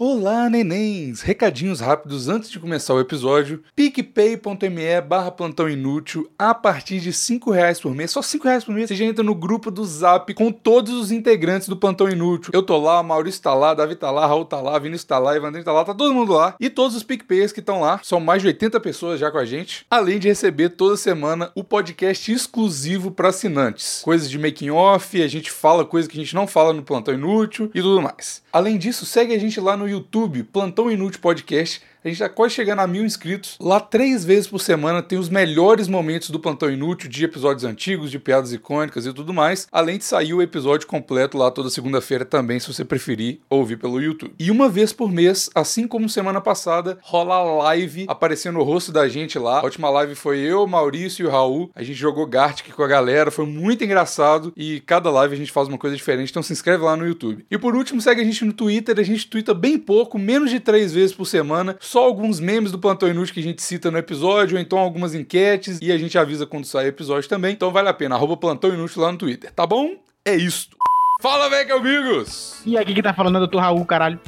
Olá, nenéns! Recadinhos rápidos antes de começar o episódio. picpay.me barra plantão inútil a partir de 5 reais por mês. Só 5 reais por mês. Você já entra no grupo do Zap com todos os integrantes do Plantão Inútil. Eu tô lá, Maurício tá lá, Davi tá lá, Raul tá lá, Vinícius tá lá, Evandrinho tá lá, tá todo mundo lá. E todos os PicPayers que estão lá. São mais de 80 pessoas já com a gente. Além de receber toda semana o podcast exclusivo para assinantes. Coisas de making off, a gente fala coisas que a gente não fala no Plantão Inútil e tudo mais. Além disso, segue a gente lá no no YouTube, Plantão Inútil Podcast. A gente tá quase chegando a mil inscritos. Lá três vezes por semana tem os melhores momentos do Plantão Inútil, de episódios antigos, de piadas icônicas e tudo mais. Além de sair o episódio completo lá toda segunda-feira também, se você preferir ouvir pelo YouTube. E uma vez por mês, assim como semana passada, rola live aparecendo o rosto da gente lá. A última live foi eu, Maurício e o Raul. A gente jogou Gartic com a galera, foi muito engraçado. E cada live a gente faz uma coisa diferente, então se inscreve lá no YouTube. E por último, segue a gente no Twitter. A gente twitta bem bem pouco, menos de três vezes por semana. Só alguns memes do Plantão Inútil que a gente cita no episódio, ou então algumas enquetes, e a gente avisa quando sair episódio também. Então vale a pena, arroba Plantão Inútil lá no Twitter, tá bom? É isto. Fala, velho, amigos! E aqui que tá falando é o Dr. Raul, caralho.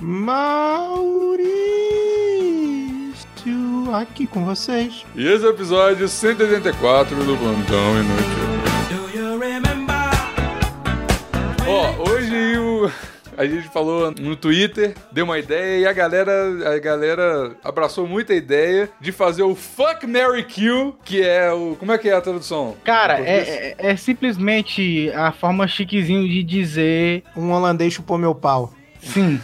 Maurício, aqui com vocês. E esse é o episódio 184 do Plantão Inútil. Ó, oh, hoje o... A gente falou no Twitter, deu uma ideia e a galera, a galera abraçou muito a ideia de fazer o Fuck Mary Kill, que é o. Como é que é a tradução? Cara, é, é, é, simplesmente a forma chiquezinho de dizer. Um holandês chupou meu pau. Sim,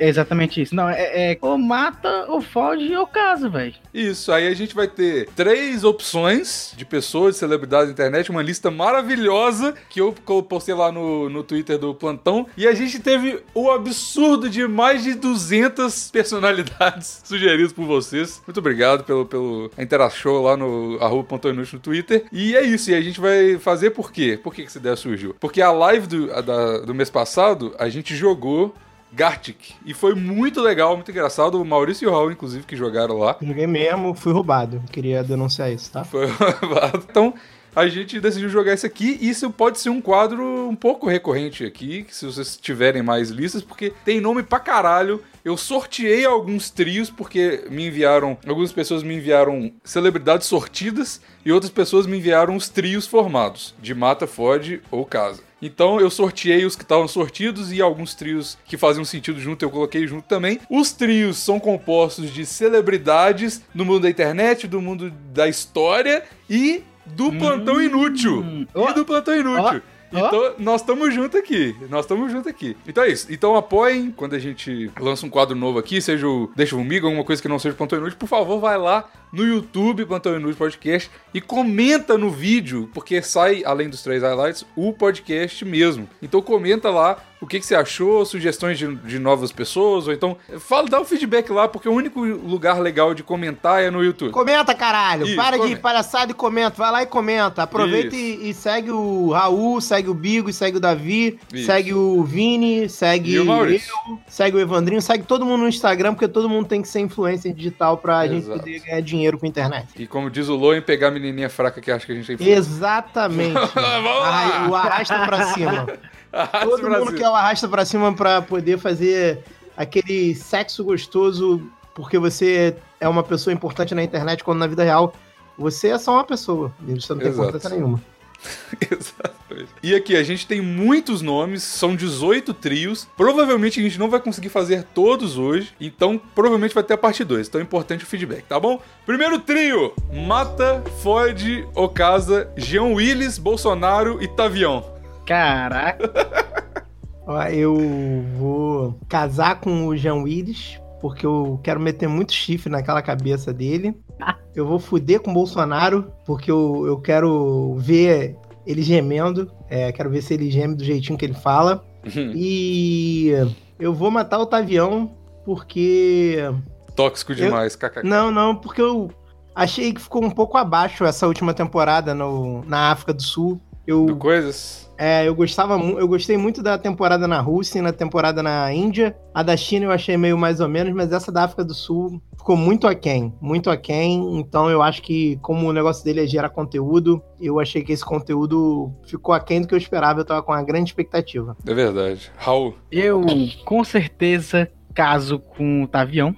é exatamente isso. Não, é, é ou mata, ou foge, ou casa, velho. Isso, aí a gente vai ter três opções de pessoas, de celebridades da internet, uma lista maravilhosa que eu postei lá no, no Twitter do Plantão. E a gente teve o absurdo de mais de 200 personalidades sugeridas por vocês. Muito obrigado pelo, pelo interação lá no arroba.anux no Twitter. E é isso, e a gente vai fazer por quê? Por que, que essa ideia surgiu? Porque a live do, a, da, do mês passado, a gente jogou Gartic. E foi muito legal, muito engraçado. O Maurício e o Raul, inclusive, que jogaram lá. Joguei mesmo, fui roubado. Queria denunciar isso, tá? Foi roubado. Então, a gente decidiu jogar isso aqui. E isso pode ser um quadro um pouco recorrente aqui, se vocês tiverem mais listas, porque tem nome pra caralho. Eu sorteei alguns trios, porque me enviaram. Algumas pessoas me enviaram celebridades sortidas e outras pessoas me enviaram os trios formados, de mata, fode ou casa. Então eu sorteei os que estavam sortidos e alguns trios que faziam sentido junto eu coloquei junto também. Os trios são compostos de celebridades do mundo da internet, do mundo da história e do plantão inútil. Hum. E do plantão inútil. Oh. Então, nós estamos juntos aqui. Nós estamos juntos aqui. Então é isso. Então apoiem quando a gente lança um quadro novo aqui, seja o Deixa comigo, alguma coisa que não seja o Plantão Inútil, por favor, vai lá no YouTube Plantão Inútil Podcast e comenta no vídeo, porque sai, além dos três highlights, o podcast mesmo. Então comenta lá o que, que você achou, sugestões de, de, novas pessoas, ou então fala, dá o um feedback lá, porque o único lugar legal de comentar é no YouTube. Comenta, caralho! Isso, Para comenta. de palhaçada e comenta, vai lá e comenta. Aproveita e, e, segue o Raul, segue o Bigo, segue o Davi, Isso. segue o Vini, segue e o Maurício. eu, segue o Evandrinho, segue todo mundo no Instagram, porque todo mundo tem que ser influencer digital pra Exato. gente poder ganhar dinheiro com a internet. E como diz o Loen, pegar a menininha fraca que acha que a gente é tem influencer. Exatamente. Vamos lá. O arrasta pra cima. Ah, Arrasta Todo mundo cima. que ela arrasta pra cima pra poder fazer aquele sexo gostoso, porque você é uma pessoa importante na internet, quando na vida real você é só uma pessoa. E você não tem Exato. importância nenhuma. Exatamente. E aqui, a gente tem muitos nomes, são 18 trios. Provavelmente a gente não vai conseguir fazer todos hoje, então provavelmente vai ter a parte 2. Então é importante o feedback, tá bom? Primeiro trio: Mata, Ford, Ocasa, Jean Willis, Bolsonaro e Tavião. Caraca! Ó, eu vou casar com o Jean Willis, porque eu quero meter muito chifre naquela cabeça dele. Eu vou fuder com o Bolsonaro, porque eu, eu quero ver ele gemendo. É, quero ver se ele geme do jeitinho que ele fala. Uhum. E eu vou matar o Otavião, porque. Tóxico demais, eu... kkk. Não, não, porque eu achei que ficou um pouco abaixo essa última temporada no, na África do Sul. Eu... Do Coisas? É, eu gostava eu gostei muito da temporada na Rússia e na temporada na Índia. A da China eu achei meio mais ou menos, mas essa da África do Sul ficou muito aquém, muito aquém. Então eu acho que, como o negócio dele é gerar conteúdo, eu achei que esse conteúdo ficou aquém do que eu esperava. Eu tava com uma grande expectativa. É verdade. Raul. Eu, com certeza, caso com o Tavião.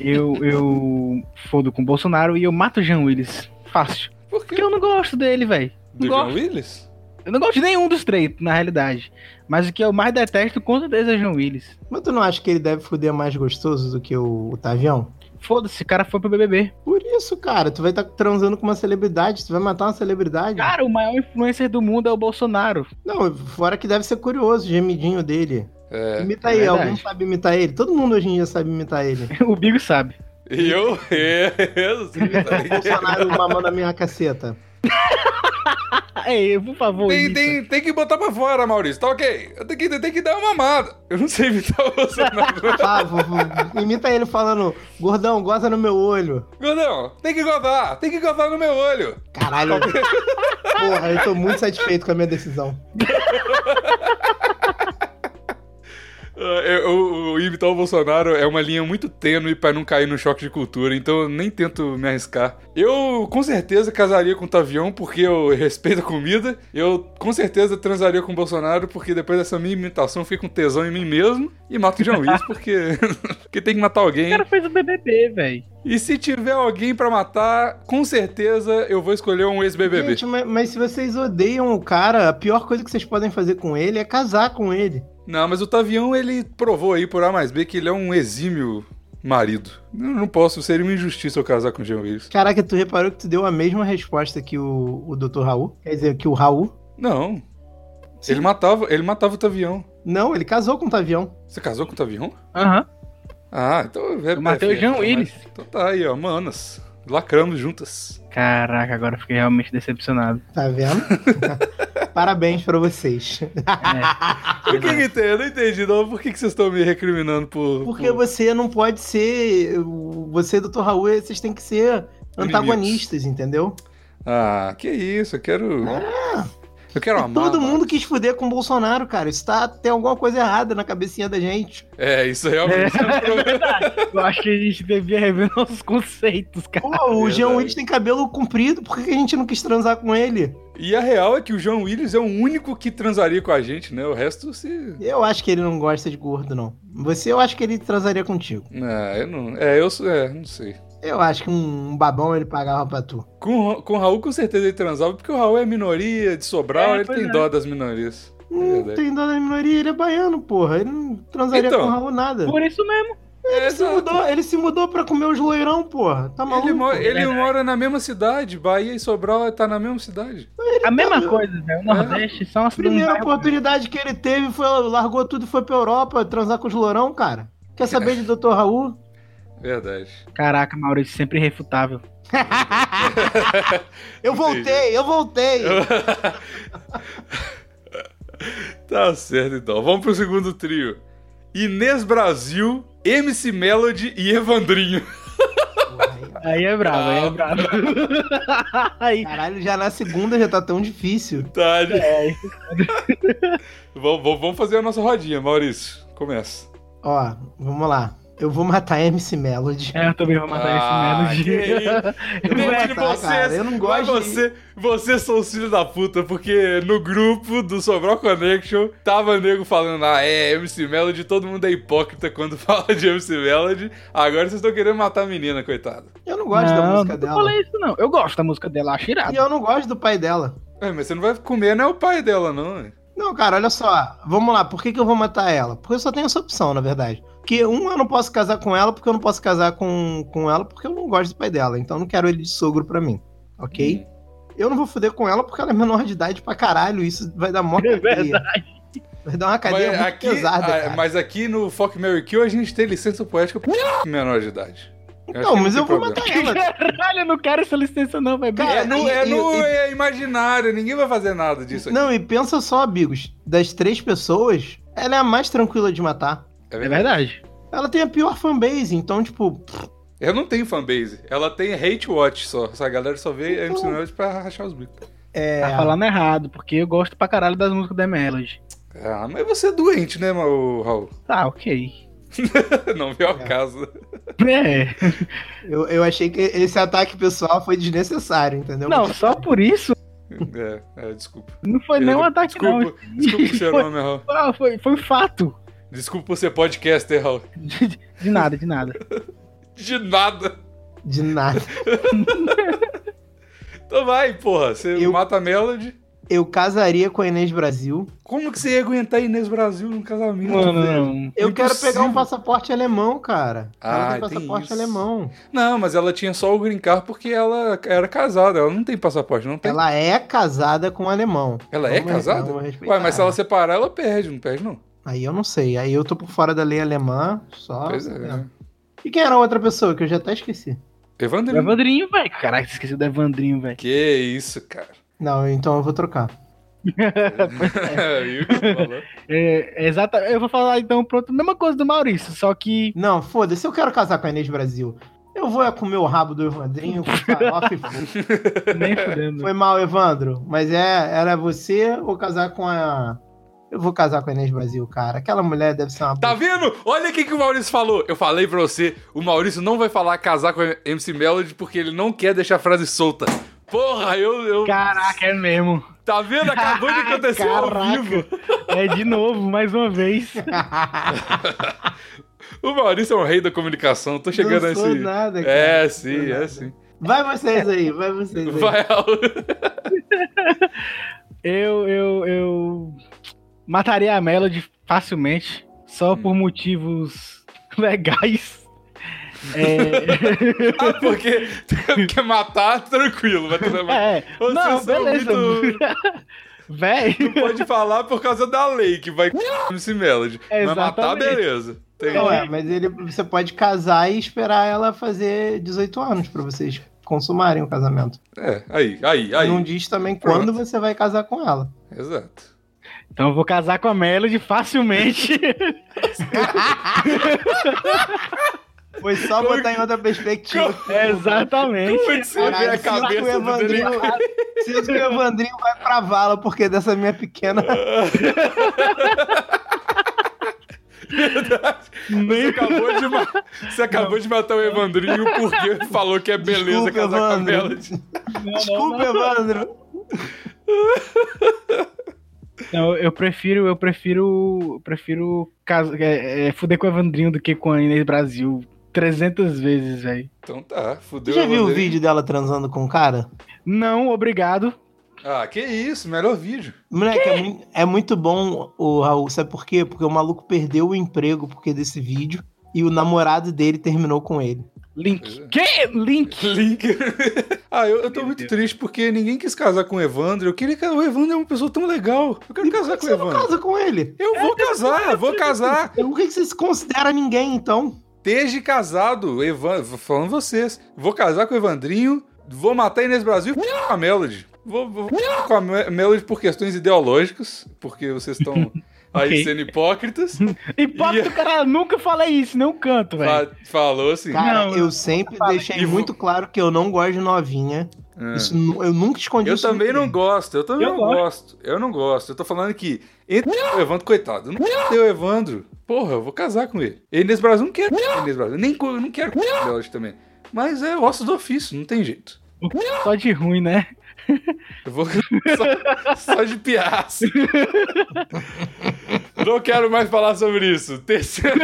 Eu, eu fodo com o Bolsonaro e eu mato o Jean Willis. Fácil. Por Porque quê? eu não gosto dele, velho. Do John gosto. Willis? Eu não gosto de nenhum dos três, na realidade. Mas o que eu mais detesto, com certeza, é Jean Willis. Mas tu não acha que ele deve fuder mais gostoso do que o Otavião? Foda-se, o cara foi pro BBB. Por isso, cara, tu vai estar transando com uma celebridade, tu vai matar uma celebridade. Cara, o maior influencer do mundo é o Bolsonaro. Não, fora que deve ser curioso o gemidinho dele. É. Imita é ele, verdade. alguém sabe imitar ele? Todo mundo hoje em dia sabe imitar ele. O Bigo sabe. E eu? Eu sei que tá aí. Bolsonaro mamando a minha caceta. Ah, é, por favor. Tem, imita. tem, tem que botar pra fora, Maurício. Tá ok. Eu tenho que, tem que dar uma amada. Eu não sei imitar o Bolsonaro. Ah, vou- vou- imita ele falando, gordão, goza no meu olho. Gordão, tem que gozar. Tem que gozar no meu olho. Caralho. Porra, eu tô muito satisfeito com a minha decisão. Ah, eu- eu- o imitar o Bolsonaro é uma linha muito tênue pra não cair no choque de cultura, então eu nem tento me arriscar. Eu com certeza casaria com o Tavião porque eu respeito a comida. Eu com certeza transaria com o Bolsonaro porque depois dessa minha imitação eu fico com tesão em mim mesmo e mato o John Willis porque, porque tem que matar O alguém. cara fez o BBB, velho. E se tiver alguém pra matar, com certeza eu vou escolher um ex-BBB. Gente, mas, mas se vocês odeiam o cara, a pior coisa que vocês podem fazer com ele é casar com ele. Não, mas o Tavião ele provou aí por A mais B que ele é um exímio marido. Eu não posso, seria uma injustiça eu casar com o John Willis. Caraca, tu reparou que tu deu a mesma resposta que o, o Dr. Raul? Quer dizer, que o Raul? Não. Ele matava, ele matava o Tavião. Não, ele casou com o Tavião. Você casou com o Tavião? Aham. Ah, então é Eu matei o é, Jean então, Willis. mas- Então tá aí, ó, manas. Lacramos juntas. Caraca, agora eu fiquei realmente decepcionado. Tá vendo? Parabéns pra vocês. É. Por que que tem? Eu não entendi, não. Por que que vocês estão me recriminando por... Porque você não pode ser. Você e Dr. Raul, vocês têm que ser antagonistas, entendeu? Ah, que isso, eu quero... Eu quero amar. É Todo Ah, mano. mundo quis fuder com o Bolsonaro, cara. Isso tá, tem alguma coisa errada na cabecinha da gente. É, isso realmente é um problema. Eu acho que a gente devia rever nossos conceitos, cara. Pô, o Jean verdade. Willis tem cabelo comprido, por que que a gente não quis transar com ele? E a real é que o John Willis é o único que transaria com a gente, né? O resto se... Eu acho que ele não gosta de gordo, não. Você, eu acho que ele transaria contigo. Não, eu não... É, eu sou... É, não sei. Eu acho que um babão ele pagava pra tu. Com, o Ra- com o Raul, com certeza ele transava, porque o Raul é minoria de Sobral, É, ele pois tem é. dó das minorias. Não É verdade. tem dó da minoria, ele é baiano, porra. Ele não transaria Então. com o Raul nada. Por isso mesmo. É, Ele se, mudou, ele se mudou pra comer os loirão, porra. Tá maluco? Ele, mo- ele verdade. mora na mesma cidade, Bahia e Sobral tá na mesma cidade. A mesma coisa, velho. O Nordeste são as A primeira oportunidade que ele teve foi, largou tudo e foi pra Europa transar com os loirão, cara. Quer saber de Dr. Raul? Verdade. Caraca, Maurício, sempre irrefutável. Eu voltei, eu voltei. tá certo então. Vamos pro segundo trio. Inês Brasil, MC Melody e Evandrinho. Aí é brabo, Ah. aí é brabo. aí, Caralho, já na segunda já tá tão difícil. Tá, de- é, vamos, vamos- vamos fazer a nossa rodinha, Maurício. Começa. Ó, vamos lá. Eu vou matar MC Melody. É, eu também vou matar Ah, esse que Melody. Eu vou entendi matar, é vocês, Tá, cara, eu não gosto Mas de- você, vocês são os filhos da puta, porque no grupo do Sobral Connection tava nego falando, ah, é MC Melody, todo mundo é hipócrita quando fala de MC Melody. Agora vocês estão querendo matar a menina, coitada. Eu não gosto da Não, música não dela. falei isso, não. Eu gosto da música dela, acho irado. É E eu não gosto do pai dela. É, mas você não vai comer, não é o pai dela, não. é? Não, cara, olha só. Vamos lá, por que, que eu vou matar ela? Porque eu só tenho essa opção, na verdade. Porque, um, eu não posso casar com ela, porque eu não posso casar com, com ela, porque eu não gosto do pai dela. Então, eu não quero ele de sogro pra mim, ok? Uhum. Eu não vou foder com ela, porque ela é menor de idade pra caralho. Isso vai dar mó É cadeia. verdade. Vai dar uma cadeia é Mas muito aqui, pesada, ah, cara. mas aqui no Fuck Mary Kill a gente tem licença poética pra menor de idade. acho Então, que mas não eu tem vou problema. matar ela. Caralho, eu não quero essa licença, não, velho. Cara, É no, é e- no- e- é imaginário, ninguém vai fazer nada disso aqui. Não, e pensa só, amigos. Das três pessoas, ela é a mais tranquila de matar. É verdade. Ela tem a pior fanbase, então, tipo, Eu não tenho fanbase. Ela tem hate watch só. Essa galera só vê a MC Melody pra rachar os bicos. é. Tá falando errado, porque eu gosto pra caralho das músicas da Melody. Ah, mas você é doente, né, meu Raul? Tá, ok. Não viu ao É. caso. É. Eu, eu achei que esse ataque pessoal foi desnecessário, entendeu? Não, só por isso É, é, desculpa. não foi nem um ataque, desculpa, não. Desculpa o seu nome, Raul. Ah, foi, foi um fato. Desculpa por ser podcaster, Raul. De, de nada, de nada. De nada. De nada. Então vai, porra. Você Eu- mata a Melody. Eu casaria com a Inês Brasil. Como que você ia aguentar Inês Brasil num casamento? Mano, velho? não. Eu quero Impossível. pegar um passaporte alemão, cara. Ah, Ela tem tem passaporte isso. alemão. Não, mas ela tinha só o green card porque ela era casada. Ela não tem passaporte, não tem. Ela, Ela é casada com um alemão. é Vamos- casada? vamos respeitar Ué, mas se ela separar, ela perde, não perde, não. Aí eu não sei. Aí eu tô por fora da lei alemã, só. pois é. né? E quem era a outra pessoa que eu já até esqueci? Evandrinho. É Evandrinho, velho. Caraca, esqueci do Evandrinho, velho. Que isso, cara. Não, então eu vou trocar. Viu o que eu tô falando? É, é exata- Eu vou falar então, pronto, mesma coisa do Maurício, só que. Não, foda-se, eu quero casar com a Inês Brasil. Eu vou é comer o rabo do Evandrinho com farofa e fogo. Nem fudendo. Foi mal, Evandro. Mas é, era você ou casar com a. Eu vou casar com a Inês Brasil, cara. Aquela mulher deve ser uma. Tá vendo? Olha o que, que o Maurício falou. Eu falei pra você, o Maurício não vai falar casar com a MC Melody porque ele não quer deixar a frase solta. Porra, eu. eu- Caraca, é mesmo. Tá vendo? Acabou de acontecer ao Caraca. vivo. É de novo, mais uma vez. O Maurício é um rei da comunicação. Tô chegando não sou nesse. nada, cara. É, Não sim, sou é nada. sim. Vai vocês aí, vai vocês aí. Vai, ah, Raul. Eu, eu, eu mataria a Melody facilmente, só Hum. por motivos legais. É, Ah, porque quer matar, tranquilo. Mas tudo bem. É, Vocês não, são beleza. muito- Véi, É. Não pode falar por causa da lei que vai MC Melody. Mas matar, Exatamente. beleza. Tem... Não, é, mas ele, você pode casar e esperar ela fazer 18 anos pra vocês consumarem o casamento. É, aí, aí, aí. Não diz também Pronto. quando você vai casar com ela. Exato. então eu vou casar com a Melody facilmente. Foi só Como- botar em outra perspectiva. Exatamente. Como é que você vê Caralho, a sinto que o cabeça do Evandrinho, Daniel? sinto que o Evandrinho vai pra vala porque dessa minha pequena É. é Verdade. Você acabou, de ma- você acabou de matar o Evandrinho porque falou que é beleza Desculpa, casar com a Evandro. Melody. Desculpa, Evandro. Não, eu prefiro, eu prefiro, eu prefiro casa, é, é, fuder com o Evandrinho do que com a Inês Brasil 300 vezes, velho. Então tá, Tu fudeu. já viu o Evandrinho. vídeo dela transando com o cara? Não, obrigado. Ah, que isso, melhor vídeo. Moleque, é muito, é muito bom o Raul, sabe por quê? Porque o maluco perdeu o emprego porque desse vídeo e o namorado dele terminou com ele. Pois é. Link. Que? Link? Link. ah, eu, eu tô Meu muito Deus. triste porque ninguém quis casar com o Evandro. Eu queria que o Evandro é uma pessoa tão legal. Eu quero casar com o Você não Evandro. casa É, com ele. Eu vou casar, vou casar. Então, Por que que você se considera ninguém, então? Desde casado, Evan... falando vocês, vou casar com o Evandrinho, vou matar a Inês Brasil e f- com a Melody. Vou, vou f- com a Me- Melody por questões ideológicas, porque vocês estão aí Ok. sendo hipócritas. Hipócrita, cara, nunca falei isso, não canto, velho. Fa- Falou assim. Cara, Não, eu sempre deixei E vo- muito claro que eu não gosto de novinha. Ah. Isso nu- eu nunca escondi Eu isso. também não gosto, eu também Eu não gosto. Eu não gosto. Eu tô falando que entre o Evandro, coitado, não tem o Evandro. Porra, eu vou casar com ele. Ele nesse Brasil não quero Inês Brasil. Nem co- eu não quero com a Melody também. Mas é osso do ofício, não tem jeito. Só de ruim, né? Eu vou só, só de piaça. Não quero mais falar sobre isso. Terceiro.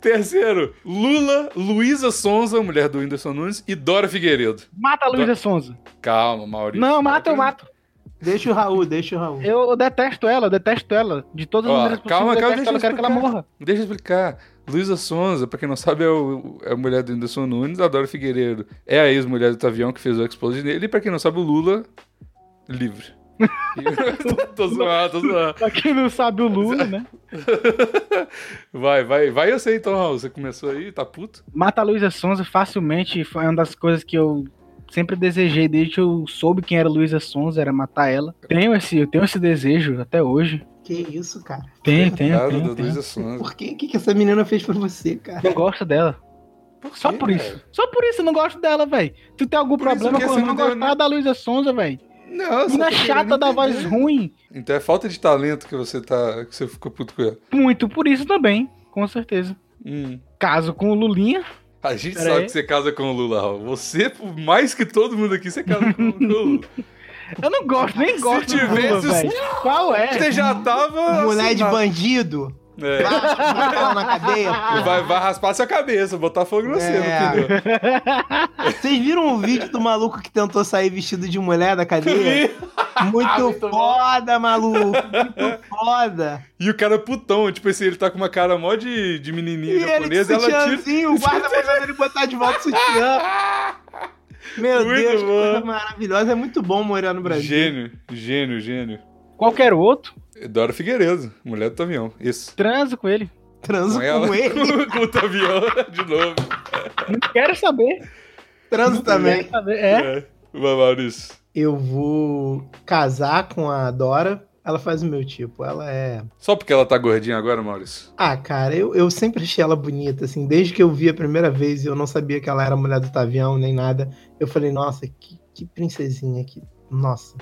Terceiro, Lula, Luísa Sonza, mulher do Whindersson Nunes, e Dora Figueiredo. Mata a Tá Luísa Sonza. Calma, Maurício. Não, mata, eu mato. Deixa o Raul, deixa o Raul. Eu, eu detesto ela, eu detesto ela. De todas as Ó, maneiras possíveis, calma, eu calma, detesto deixa eu ela, eu quero que ela explicar. morra. Deixa eu explicar. Luísa Sonza, pra quem não sabe, é, o- é a mulher do Whindersson Nunes, a Dora Figueiredo é a ex-mulher do Tavião que fez o Explode nele, e pra quem não sabe, o Lula livre. tô zoando, tô zoando. Pra quem não sabe o Lula, né? Vai, vai, vai eu sei então, Raul. Você começou aí, tá puto? Mata a Luísa Sonza facilmente foi uma das coisas que eu sempre desejei desde que eu soube quem era Luísa Sonza, era matar ela. Tenho esse, eu tenho esse desejo até hoje. Que isso, cara? Tenho, tenho, Nada tenho, da tenho. Luísa Sonza. Por que, que que essa menina fez pra você, cara? Não gosto dela. Por Só quê, por cara? isso. Só por isso eu não gosto dela, velho. Tu tem algum Por isso problema que com você eu não não deu- gostar da Luísa Sonza, velho? Não, eu só Menina tô querendo chata da entender. voz ruim. Então é falta de talento que você tá. que você ficou puto com ela. Muito por isso também, com certeza. Hum. Caso com o Lulinha. A gente Pera sabe aí. que você casa com o Lula, Raul. Você, por mais que todo mundo aqui, você casa com, com o Lula. Eu não gosto, nem gosto do Lula, tivesse, velho. Qual é? Você já tava. Mulher de assinado. bandido. É. Bate ela na cadeia, pô. Vai, vai raspar sua cabeça, botar fogo no você, É. no pneu. Vocês viram o vídeo do maluco que tentou sair vestido de mulher da cadeia? Muito, Ah, Muito bom. foda, maluco. Muito foda. E o cara é putão, tipo assim, ele tá com uma cara mó de, de menininha E ele de japonesa, ela tira. sutiãzinho, o guarda mandando ele botar de volta o sutiã. Meu Muito Deus, que coisa bom. maravilhosa. É muito bom morar no Brasil. Gênio, gênio, gênio. Qualquer outro, Dora Figueiredo, mulher do Tavião. Isso. transo com ele. Transo com, ele, com o Tavião, de novo. Não quero saber. transo também. Quero saber. É. Vai, Maurício. Eu vou casar com a Dora. Ela faz o meu tipo. Ela é. Só porque ela tá gordinha agora, Maurício? Ah, cara, eu, eu sempre achei ela bonita, assim. Desde que eu vi a primeira vez, eu não sabia que ela era mulher do Tavião nem nada. Eu falei, nossa, que, que princesinha que. Nossa.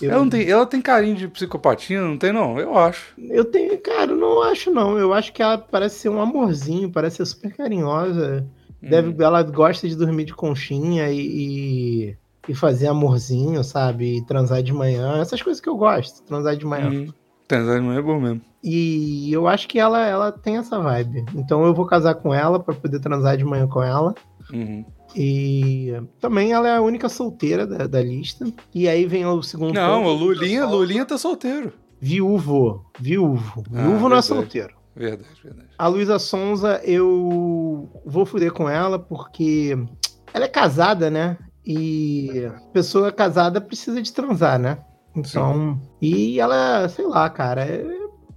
Eu, Ela, não tem, ela tem carinho de psicopatia, não tem não? Eu acho. Eu tenho, cara, eu não acho não. Eu acho que ela parece ser um amorzinho, parece ser super carinhosa. Hum. Deve, ela gosta de dormir de conchinha e, e, e fazer amorzinho, sabe? E transar de manhã. Essas coisas que eu gosto, transar de manhã. Hum. Tanzânia é bom mesmo. E eu acho que ela, ela tem essa vibe. Então eu vou casar com ela pra poder transar de manhã com ela. Uhum. E também ela é a única solteira da, da lista. E aí vem o segundo. Não, ponto, o Lulinha, pessoal. Lulinha tá solteiro. Viúvo. Viúvo. Ah, Viúvo não é verdade. solteiro. Verdade, verdade. A Luísa Sonza, eu vou fuder com ela porque ela é casada, né? E pessoa casada precisa de transar, né? Então. E ela, sei lá, cara. é-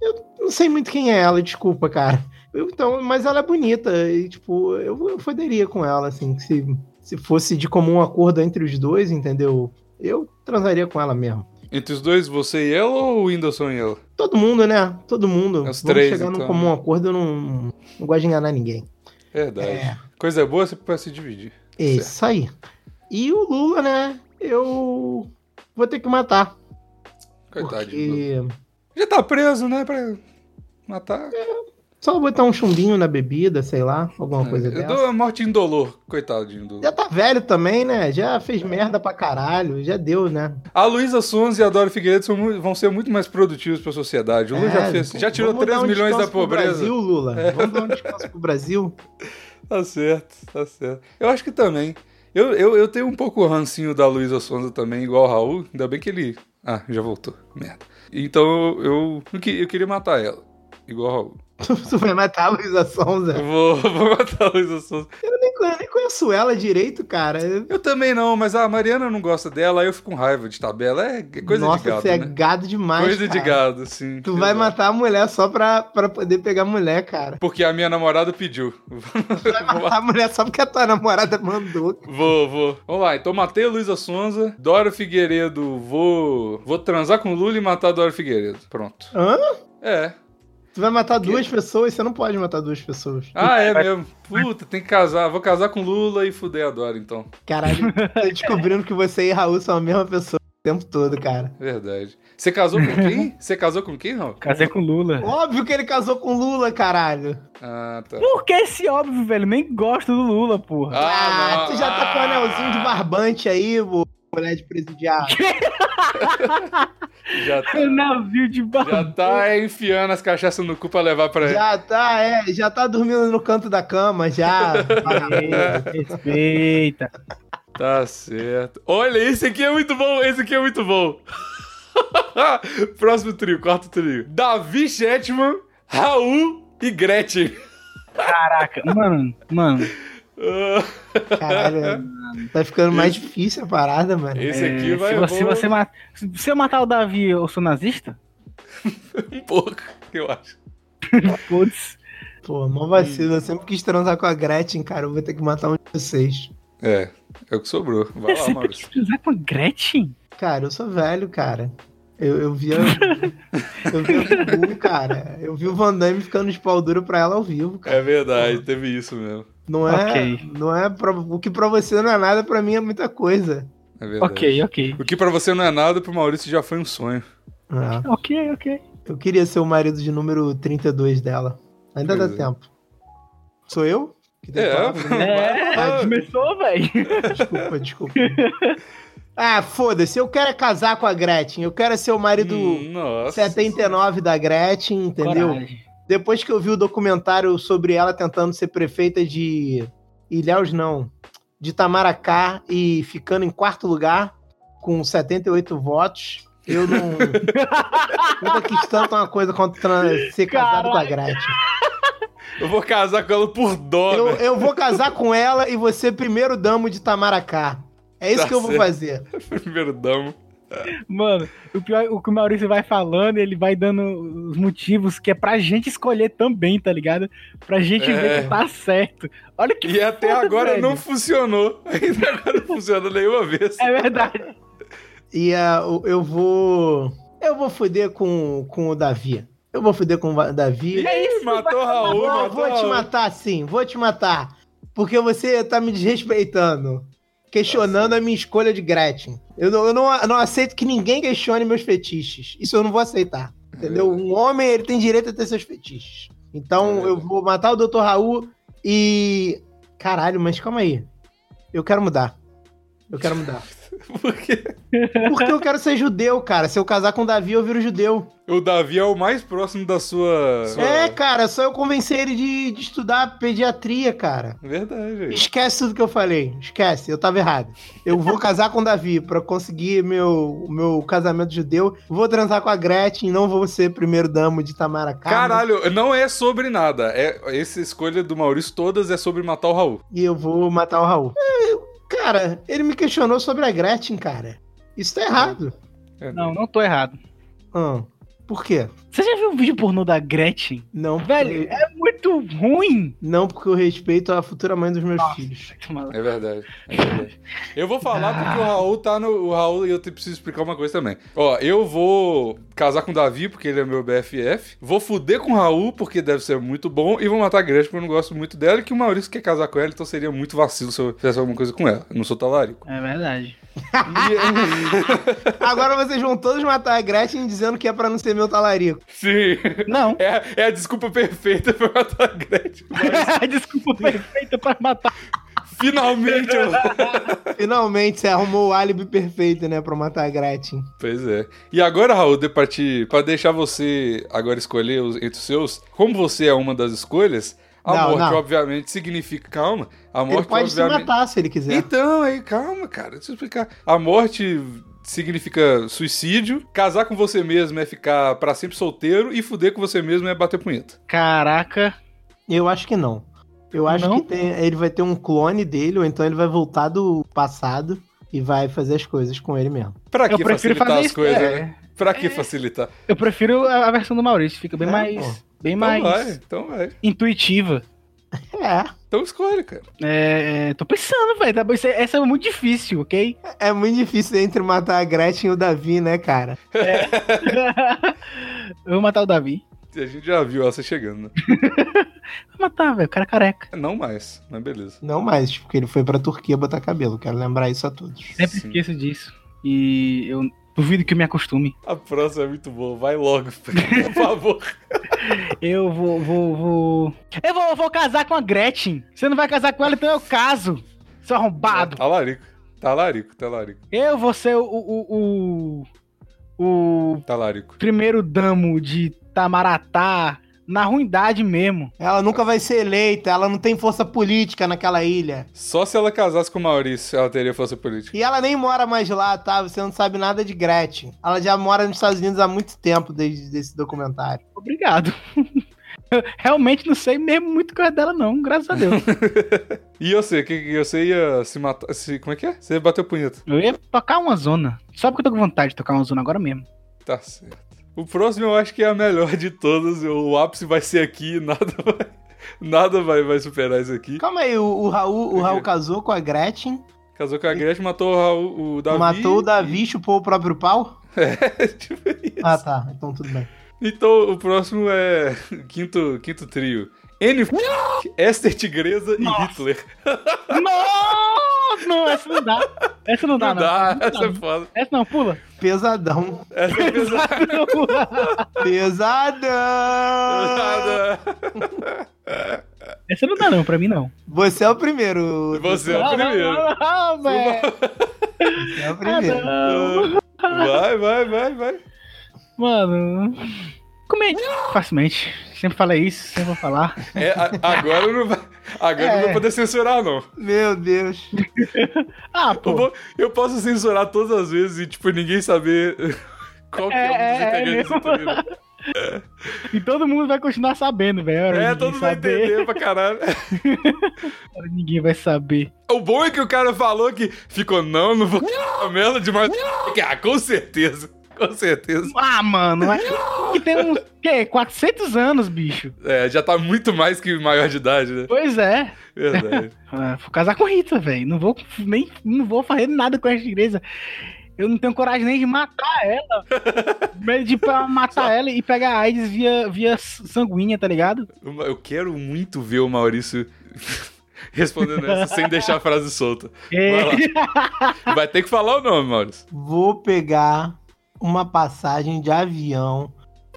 Eu não sei muito quem é ela, desculpa, cara. Eu, então, mas ela é bonita e, tipo, eu, eu foderia com ela, assim. Se, se fosse de comum acordo entre os dois, entendeu? Eu transaria com ela mesmo. Entre os dois, você e ela ou o Whindersson e ela? Todo mundo, né? Todo mundo. É os Vamos três, chegar num então. comum acordo, eu não, não gosto de enganar ninguém. Verdade. É. Coisa boa, você pode se dividir. É isso aí. E o Lula, né? Eu vou ter que matar. Coitado de Lula. porque Já tá preso, né? Pra matar. É só botar um chumbinho na bebida, sei lá, alguma coisa É, eu dessa. dou a morte indolor, coitado de indolor. Já tá velho também, né? Já fez merda pra caralho, já deu, né? A Luísa Sons e a Dora Figueiredo são mu- vão ser muito mais produtivos pra sociedade. O Lula já É, fez, já tirou vamos dar 3 um milhões da descanso pro pobreza. É. Brasil, Lula. Vamos dar um descanso pro Brasil. Tá certo, tá certo. Eu acho que também. Eu, eu, eu tenho um pouco o rancinho da Luísa Sonza também, igual o Raul. Ainda bem que ele. Ah, já voltou. Merda. Então eu, eu, eu que- eu queria matar ela. Igual o Raul. Tu vai matar a Luísa Sonza. Eu vou, vou matar a Luísa Sonza. Eu nem, eu nem conheço ela direito, cara. Eu também não, mas a Mariana não gosta dela, aí eu fico com raiva de tabela. É coisa Nossa, de gado. você é né? gado demais, Coisa de cara. gado, sim. Tu vai Exato. matar a mulher só pra, pra poder pegar a mulher, cara. Porque a minha namorada pediu. Vai matar a mulher só porque a tua namorada mandou. Vou, vou. Vamos lá, então matei a Luísa Sonza, Dora Figueiredo, vou. Vou transar com o Lula e matar a Dora Figueiredo. Pronto. Hã? É. Tu vai matar duas pessoas? Você não pode matar duas pessoas. Ah, é mesmo. Puta, tem que casar. Vou casar com o Lula e fuder a Dora, então. Caralho, tô descobrindo que você e Raul são a mesma pessoa o tempo todo, cara. Verdade. Você casou com quem? Você casou com quem, não? Casei com Lula. Óbvio que ele casou com Lula, caralho. Ah, tá. Por que esse óbvio, velho? Nem gosto do Lula, porra. Ah, Ah, tu já tá com o anelzinho de barbante aí, bo- mulher de presidiário. Já tá. Navio de barra. Já tá enfiando as cachaças no cu pra levar pra ele. Já tá, é, já tá dormindo no canto da cama, já. vagabundo. Respeita. Tá certo. Olha, esse aqui é muito bom, esse aqui é muito bom. Próximo trio, quarto trio. Davi Shetman, Raul e Gretchen. Caraca, mano, mano. Ah, Caralho, tá ficando mais difícil a parada, mano. Esse é, aqui vai se você, bom você mata- se- se eu matar o Davi, eu sou nazista? um pouco, eu acho. Putz. Pô, mó vacilo. Eu sempre quis transar com a Gretchen, cara. Eu vou ter que matar um de vocês. É, é o que sobrou. Vai Eu lá, sempre Maurício. quis cruzar com a Gretchen? Cara, eu sou velho, cara. Eu, eu via. eu via o Gugu, cara. Eu vi o Van Damme ficando de pau duro pra ela ao vivo, cara. É verdade, teve isso mesmo. Não é. Ok. Não é pra- o que pra você não é nada, pra mim é muita coisa. É verdade. Ok, ok. O que pra você não é nada, pro Maurício já foi um sonho. É. Ok, ok. Eu queria ser o marido de número 32 dela. Ainda dá Pois é. tempo. Sou eu? Que tem que falar? É, É, Ah. começou, velho. Desculpa, desculpa. Ah, foda-se, eu quero é casar com a Gretchen, eu quero é ser o marido Hum, nossa. 79 da Gretchen, entendeu? Coragem. Depois que eu vi o documentário sobre ela tentando ser prefeita de Ilhéus, não, de Tamaracá e ficando em quarto lugar com 78 votos, eu não. nunca quis tanto uma coisa quanto tran- ser casado com a Gretchen. Eu vou casar com ela por dó, né? Eu, velho. eu vou casar com ela e você primeiro damo de Tamaracá. É isso Tá que eu vou certo. fazer. Primeiro damo. Mano, o pior, o que o Maurício vai falando, ele vai dando os motivos que é pra gente escolher também, tá ligado? Pra gente É. ver que tá certo. Olha que E até foda, agora velho. não funcionou. Ainda agora não funcionou nenhuma vez. É verdade. E ah, eu- eu vou. Eu vou foder com, com o Davi. Eu vou foder com o Va- Davi. Ih, isso, matou Raul, Vou- matou vou te Raul. matar, sim, vou te matar. Porque você tá me desrespeitando. Questionando a minha escolha de Gretchen. Eu, não, eu não, eu não aceito que ninguém questione meus fetiches. Isso eu não vou aceitar. Entendeu? Um homem, ele tem direito a ter seus fetiches. Então É. eu vou matar o Dr. Raul e. Caralho, mas calma aí. Eu quero mudar. Eu quero mudar. Porque Porque eu quero ser judeu, cara. Se eu casar com o Davi, eu viro judeu. o Davi é o mais próximo da sua. É, cara, só eu convencer ele de, de estudar pediatria, cara. Verdade. Esquece tudo que eu falei. Esquece, eu tava errado. Eu vou casar com o Davi pra conseguir meu, o meu casamento judeu. Vou transar com a Gretchen, não vou ser primeiro damo de né? Tamaracá. Caralho, não é sobre nada. É, essa escolha do Maurício, todas é sobre matar o Raul. E eu vou matar o Raul. É, eu- Cara, ele me questionou sobre a Gretchen, cara. Isso tá errado. Não, não tô errado. Ah, por quê? Você já viu o vídeo pornô da Gretchen? Não, Velho, é muito ruim. Não porque eu respeito a futura mãe dos meus filhos. É verdade. é verdade. Eu vou falar porque o Raul tá no. O Raul, e eu te- preciso explicar uma coisa também. Ó, eu vou casar com o Davi, porque ele é meu BFF. Vou fuder com o Raul, porque deve ser muito bom. E vou matar a Gretchen, porque eu não gosto muito dela. E que o Maurício quer casar com ela, então seria muito vacilo se eu fizesse alguma coisa com ela. Eu não sou talarico. é É verdade. E- Agora vocês vão todos matar a Gretchen dizendo que é pra não ser meu talarico. Sim. Não. É, é a desculpa perfeita pra matar a Gretchen. Desculpa perfeita pra matar. Finalmente eu. Finalmente você arrumou o álibi perfeito, né, pra matar a Gretchen. Pois é. E agora, Raul, de partir, pra deixar você agora escolher os- entre os seus, como você é uma das escolhas, a Não, morte, não. obviamente, significa. Calma. A morte, Ele pode se obviamente. matar né? se ele quiser. Então, aí, calma, cara, deixa eu explicar. A morte significa suicídio, casar com você mesmo é ficar pra sempre solteiro e fuder com você mesmo é bater punheta. Caraca. Eu acho que não. Eu acho Não? que tem- ele vai ter um clone dele, ou então ele vai voltar do passado e vai fazer as coisas com ele mesmo. Pra eu que prefiro facilitar fazer as isso. coisas, é. né? Pra que facilitar? Eu prefiro a a versão do Maurício. Fica bem É, mais. Bem Então mais vai, então vai. intuitiva. É, Então escolhe, cara. É, é, tô pensando, velho. tá bom, isso é- Essa é muito difícil, ok? é muito difícil entre matar a Gretchen e o Davi, né, cara? eu vou matar o Davi. A gente já viu essa chegando, né? Vou matar, velho. O cara é careca. Não mais, mas beleza. Não mais, porque ele foi pra Turquia botar cabelo. Quero lembrar isso a todos. Sempre Sim. esqueço disso. E eu duvido que eu me acostume. A próxima é muito boa, vai logo, por favor. Eu vou, vou, vou. Eu vou, vou casar com a Gretchen. Você não vai casar com ela, então eu caso. Seu arrombado. Talarico. Talarico, talarico, Eu vou ser o. o, o, o talarico. primeiro damo de Tamaratá. Na ruindade mesmo. Ela nunca vai ser eleita, ela não tem força política naquela ilha. Só se ela casasse com o Maurício, ela teria força política. E ela nem mora mais lá, tá? Você não sabe nada de Gretchen. Ela já mora nos Estados Unidos há muito tempo desde esse documentário. Obrigado. Eu realmente não sei mesmo muito coisa dela, não, graças a Deus. E eu sei, que que você ia se matar. Se, como é que é? Você bateu punheta. Eu ia tocar uma zona. Só porque eu tô com vontade de tocar uma zona agora mesmo. Tá certo. O próximo eu acho que é a melhor de todas. O ápice vai ser aqui, nada vai. Nada vai, vai superar isso aqui. Calma aí, o, o Raul, o Por quê? Raul casou com a Gretchen, Casou com a Gretchen, matou o, Raul, o Davi. matou o Davi, chupou o próprio pau. É, tipo isso. Ah, tá. Então tudo bem. Então, o próximo é o quinto, quinto trio. N. F- Esther Tigresa e Hitler. Nossa! Não, essa não dá. Essa não dá, Não não. dá, Não essa é foda. Essa não, pula. Pesadão. Essa é pesada. Essa não pula. Pesadão! Essa não dá, não, pra mim não. Você é o primeiro. Você é o primeiro. Não, não, não, velho. Ah, Esse é o primeiro. não. Vai, vai, vai, vai. Mano. Comente facilmente. Sempre falei isso, sempre vou falar. É, a- agora não vai, agora não É. vai poder censurar, não. Meu Deus. Ah, Eu, pô. vou- eu posso censurar todas as vezes e, tipo, ninguém saber qual que é, É, o tá é, é desencadeante mesmo. disso tudo. E todo mundo vai continuar sabendo, velho. É, É, todo mundo vai saber. entender pra caralho. Agora Ninguém vai saber. O bom é que o cara falou que ficou, não, não vou falar merda demais. Ah, com certeza. Com certeza. Ah, mano. É que tem uns, que, 400 anos, bicho. É, já tá muito mais que maior de idade, né? Pois é. Verdade. Ah, vou casar com Rita, velho. Não vou nem não vou fazer nada com essa igreja. Eu não tenho coragem nem de matar ela. Medo de pra matar ela e pegar a AIDS via, via sanguínea, tá ligado? Eu quero muito ver o Maurício respondendo essa sem deixar a frase solta. É, lá. Vai ter que falar o nome, Maurício. Vou pegar uma passagem de avião.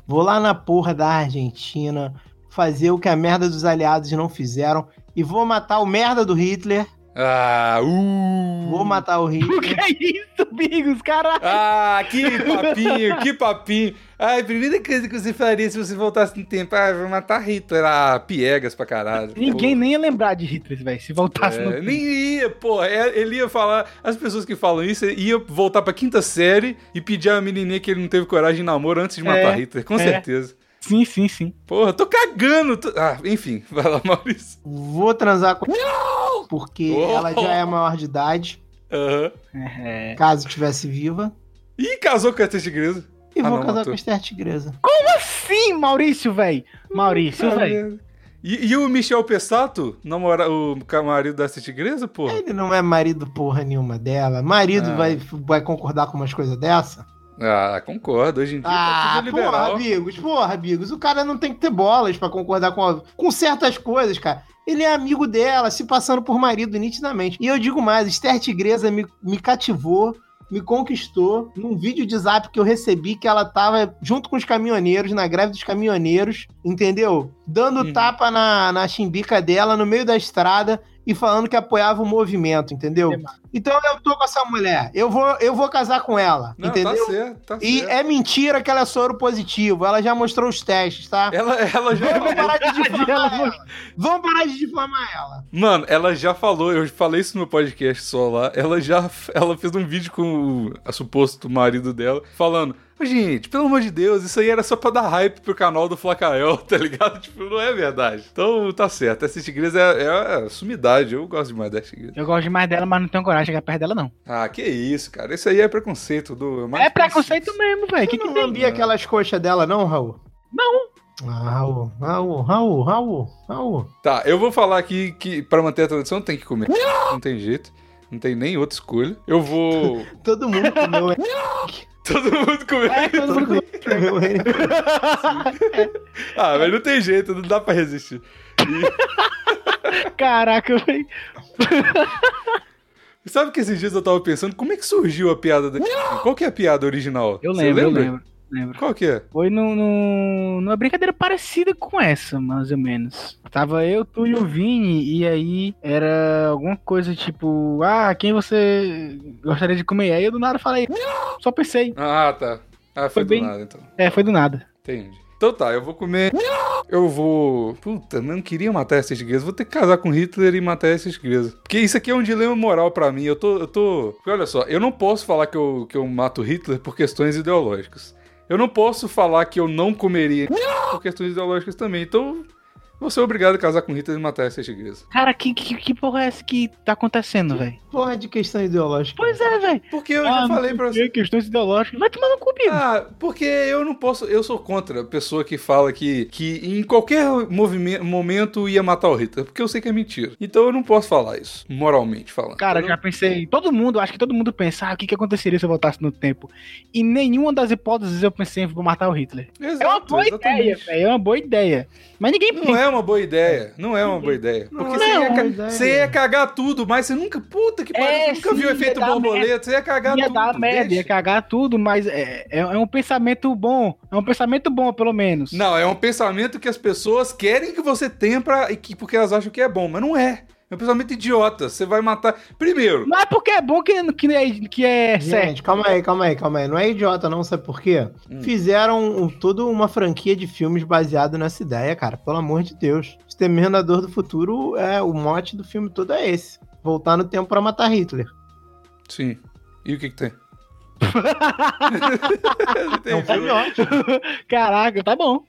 Vou lá na porra da Argentina. Fazer o que a merda dos aliados não fizeram. E vou matar o merda do Hitler. Ah, uh. Vou matar o o que Hitler. Né? é isso, Bigos? Caralho. Ah, que papinho, que papinho. Ai, primeira coisa que você faria se você voltasse no tempo, ah, vou matar Hitler. Ah, piegas pra caralho. Ninguém Pô. nem ia lembrar de Hitler, velho, se voltasse no É, tempo. nem ia, pô. É, Ele ia falar. As pessoas que falam isso iam voltar pra quinta série e pedir a menininha que ele não teve coragem de namoro antes de matar É, Hitler, com é. certeza. Sim, sim, sim. Porra, tô cagando. tô- Ah, enfim, vai lá, Maurício. Vou transar com porque Oh. ela já é maior de idade, Aham. É, caso estivesse viva. Ih, casou com a Tessa Igreja. E Ah, não, vou casar matou. com a Esther Tigresa. Sim, assim, Maurício, velho. Maurício, é velho. E, e o Michel Pessato, namora, o ca- marido da Tessa Igreja, porra? Ele não é marido porra nenhuma dela. Marido Ah. vai, vai concordar com umas coisas dessa? Ah, concordo. Hoje em dia tá Ah, tudo porra, liberal. amigos, porra, amigos. O cara não tem que ter bolas pra concordar com, a- com certas coisas, cara. Ele é amigo dela, se passando por marido nitidamente. E eu digo mais, Esther Tigresa me, me cativou, me conquistou num vídeo de zap que eu recebi que ela tava junto com os caminhoneiros, na greve dos caminhoneiros, entendeu? Dando Uhum. tapa na, na chimbica dela no meio da estrada e falando que apoiava o movimento, entendeu? Então eu tô com essa mulher, eu vou, eu vou casar com ela, Não, entendeu? tá certo, tá E certo. é mentira que ela é soro positivo. Ela já mostrou os testes, tá? Ela, ela já É Vamos falou. parar de difamar Ela ela. Vamos parar de difamar ela. Mano, ela já falou, eu falei isso no meu podcast só lá. Ela já ela fez um vídeo com o a suposto marido dela, falando: "Ô, Gente, pelo amor de Deus, isso aí era só pra dar hype pro canal do Flacael, tá ligado? Tipo, não é verdade. Então tá certo, essa tigresa é, é, a sumidade, eu gosto demais dessa tigresa. Eu gosto demais dela, mas não tenho coragem de chegar perto dela, não. Ah, que isso, cara. Isso aí é preconceito do. é preconceito mesmo, velho. Que Que que não tem? lambia aquelas coxas dela, não, Raul? Não. Ah, Raul, Raul, Raul, Raul, Raul. Tá, eu vou falar aqui que pra manter a tradição tem que comer. Não tem jeito. Não tem nem outra escolha. Eu vou. Todo mundo comeu, hein? Todo mundo comer. É, todo mundo comeu, hein? Ah, mas não tem jeito, não dá pra resistir. Caraca, velho. Sabe que esses dias eu tava pensando como é que surgiu a piada da. Qual que é a piada original? Eu Você lembro, eu lembra? lembro. lembro. Qual que é? Foi num- num- numa brincadeira parecida com essa, mais ou menos. Tava eu, tu e o Vini, e aí era alguma coisa tipo, ah, quem você gostaria de comer? Aí eu do nada falei, só pensei. Ah, tá. Ah, foi, Foi bem- do nada então. É, foi do nada. Entendi. Então tá, eu vou comer. Eu vou. Puta, mas eu não queria matar essa igreja. Vou ter que casar com Hitler e matar essa igreja. Porque isso aqui é um dilema moral pra mim. Eu tô. Eu tô... Porque olha só, eu não posso falar que eu, que eu mato Hitler por questões ideológicas. Eu não posso falar que eu não comeria por questões ideológicas também. Então, vou ser obrigado a casar com Hitler e matar essa igreja. Cara, que, que, que porra é essa que tá acontecendo, velho? Porra de questão ideológica. Pois é, velho. Porque eu Ah, já falei pra você. Questões ideológicas. Vai tomar no cu, Bigo. Ah, porque eu não posso. Eu sou contra a pessoa que fala que, que em qualquer movime- momento ia matar o Hitler, porque eu sei que é mentira. Então eu não posso falar isso, moralmente falando. Cara, entendeu? já pensei, todo mundo, acho que todo mundo pensa, ah, o que, que aconteceria se eu voltasse no tempo? E nenhuma das hipóteses eu pensei em vou matar o Hitler. É uma Exato, boa exatamente. ideia, velho. É uma boa ideia. Mas ninguém Não pensa. é uma boa ideia. Não é uma boa ideia. Não Porque é você ia, uma ca- boa ideia. você ia cagar tudo, mas você nunca. Puta que É, pariu, você nunca sim, viu o ia efeito dar borboleta. Você ia cagar Ia tudo. dar merda, ia deixa. cagar tudo, mas é, é, é um pensamento bom. É um pensamento bom, pelo menos. Não, é um pensamento que as pessoas querem que você tenha pra, e que, porque elas acham que é bom, mas não é. É um pensamento idiota. Você vai matar. Primeiro, Mas porque é bom que, que, é, que é certo. Gente, calma aí, calma aí, calma aí. Não é idiota, não, sabe por quê? Hum. Fizeram um- toda uma franquia de filmes baseado nessa ideia, cara. Pelo amor de Deus. Exterminador do Futuro é o mote do filme todo é esse. Voltar no tempo pra matar Hitler. Sim. E o que que tem? É um filme ótimo. Caraca, tá bom.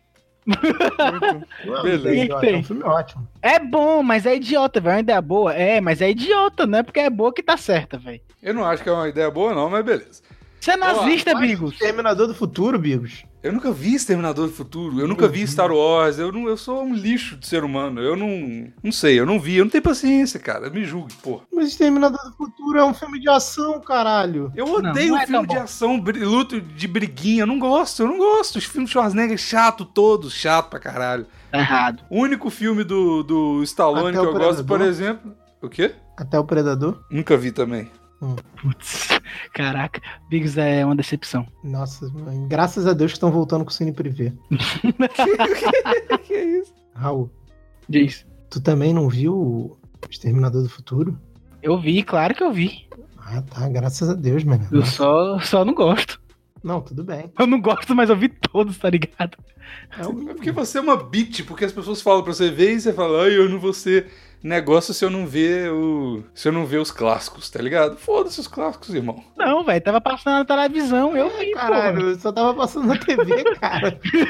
Não, não Beleza. tem O que que idiota, tem? É um filme ótimo. É bom, mas é idiota, velho. Ainda é boa. É, mas é idiota, não é porque é boa que tá certa, velho. Eu não acho que é uma ideia boa, não, mas beleza. Você é nazista, Mas Bigos. Exterminador do Futuro, Bigos. Eu nunca vi Exterminador do Futuro, eu nunca Uhum. vi Star Wars, eu, não, eu sou um lixo de ser humano. Eu não. Não sei, eu não vi, eu não tenho paciência, cara. Me julgue, porra. Mas Exterminador do Futuro é um filme de ação, caralho. Eu não odeio é tão filme de bom. ação, bri- luto de briguinha. Eu não gosto, eu não gosto. Os filmes de Schwarzenegger chato todos, chato pra caralho. Tá errado. O único filme do, do Stallone Até que o eu gosto, por Predador. exemplo. O quê? Até o Predador. Nunca vi também. Putz, caraca. Bigos é uma decepção. Nossa, mãe, graças a Deus que estão voltando com o Cine Privé. que é isso? Raul, Diz. tu também não viu o Exterminador do Futuro? Eu vi, claro que eu vi. Ah, tá. Graças a Deus, mano. Eu só, só não gosto. Não, tudo bem. Eu não gosto, mas eu vi todos, tá ligado? É o É porque você é uma bitch, porque as pessoas falam pra você ver e você fala, ai, eu não vou ser negócio se eu não ver o. se eu não ver os clássicos, tá ligado? Foda-se os clássicos, irmão. Não, velho. Tava passando na televisão, eu vi, Caralho, porra. eu só tava passando na TV, cara.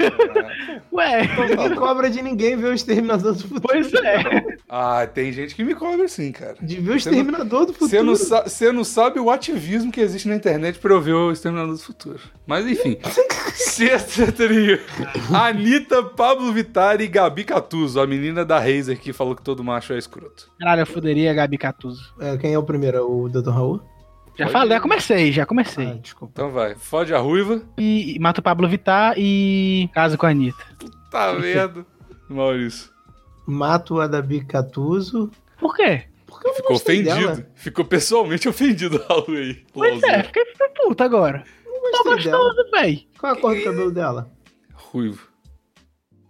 Ué, Ninguém cobra de ninguém ver o Exterminador do Futuro. pois é. ah, tem gente que me cobra sim, cara. De ver o Você não- Exterminador do Futuro. Você não, sa- você não sabe o ativismo que existe na internet pra eu ver o Exterminador do Futuro. Mas enfim. Sexta trio. Anitta, Pablo Vittar e Gabi Catuzzo, a menina da Razer que falou que todo macho é escroto. Caralho, eu fuderia a Gabi Catuzzo. É, quem é o primeiro? O Dr. Raul? Já Pode falei, ir. já comecei, já Ah, comecei. desculpa. Então vai, fode a ruiva. E, e mata o Pablo Vittar e casa com a Anitta. Tá vendo? Maurício. Mato a Dabi Catuso. Por quê? Porque eu não Ficou gostei ofendido. dela. Ficou pessoalmente ofendido a Lu aí. Pois é, Lauzinho. fiquei fiquei puta agora. Não Tô gostei dela. gostoso, véi. Qual é a cor do cabelo dela? Ruivo.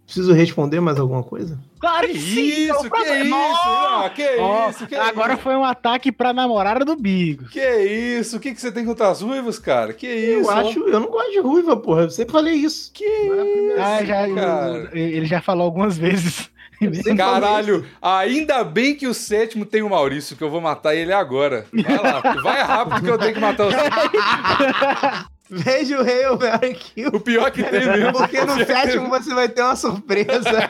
Preciso responder mais alguma coisa? Claro Que que sim. isso, é o que problema. isso? Nossa! Ah, que Ó, isso, que agora isso. foi um ataque pra namorada do Bigo. Que isso? O que, que você tem contra as ruivas, cara? Que Eu isso? acho, eu não gosto de ruiva, porra. Eu sempre falei isso. Que isso, Ah, já, cara? ele já falou algumas vezes. Sempre Caralho, ainda bem que o sétimo tem o Maurício, que eu vou matar ele agora. Vai lá, vai rápido que eu tenho que matar o sétimo. Veja o Hail Mary Kill. O pior que tem É mesmo. Porque no sétimo você vai ter uma surpresa.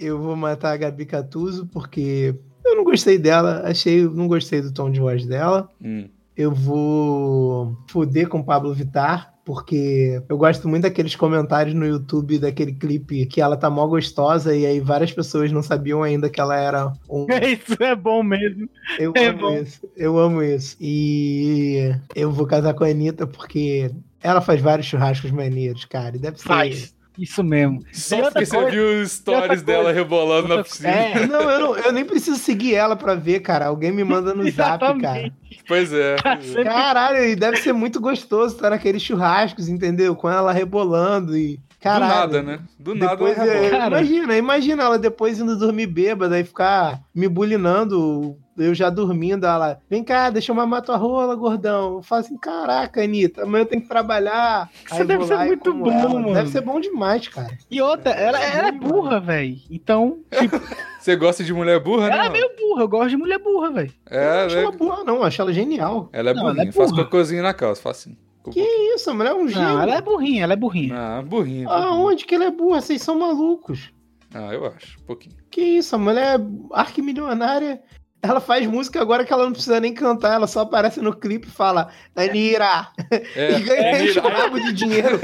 Eu vou matar a Gabi Catuso porque eu não gostei dela. Achei, não gostei do tom de voz dela. Hum, Eu vou foder com o Pablo Vittar. Porque eu gosto muito daqueles comentários no YouTube daquele clipe que ela tá mó gostosa e aí várias pessoas não sabiam ainda que ela era um Isso é bom mesmo. Eu É amo bom. isso. Eu amo isso. E eu vou casar com a Anitta porque ela faz vários churrascos maneiros, cara. E deve ser. Faz. Isso mesmo. Só E outra porque você coisa- viu os stories outra dela coisa- rebolando na Outra- piscina. É, Não eu, não, eu nem preciso seguir ela pra ver, cara. Alguém me manda no zap, cara. Exatamente. Pois é. tá sempre- Caralho, e deve ser muito gostoso estar naqueles churrascos, entendeu? Com ela rebolando e. Caralho. Do nada, né? Do nada Depois, ela é, rebola. Cara. imagina, imagina ela depois indo dormir bêbada e ficar me bulinando, eu já dormindo, ela, vem cá, deixa eu mamar tua rola, gordão. Eu falo assim, caraca, Anitta, amanhã eu tenho que trabalhar. Isso Aí deve vou ser lá e muito como bom, ela. mano. Deve ser bom demais, cara. E outra, ela, ela é burra, velho. Então, tipo, Você gosta de mulher burra, ela né? é meio burra. Eu gosto de mulher burra, velho. eu não É, acho ela né? burra, não, eu acho ela genial. Ela é Não, ela é burrinha. Faz burra. cocôzinho na calça, faz assim. Que isso, a mulher é um gênio. Não, ela é burrinha, ela é burrinha. Ah, burrinha. burrinha. Aonde que ela é burra? Vocês são malucos. Ah, eu acho. Um pouquinho. Que isso, a mulher é arquimilionária. Ela faz música agora que ela não precisa nem cantar, ela só aparece no clipe e fala, Anira, É, e ganha é, enche o rabo de dinheiro.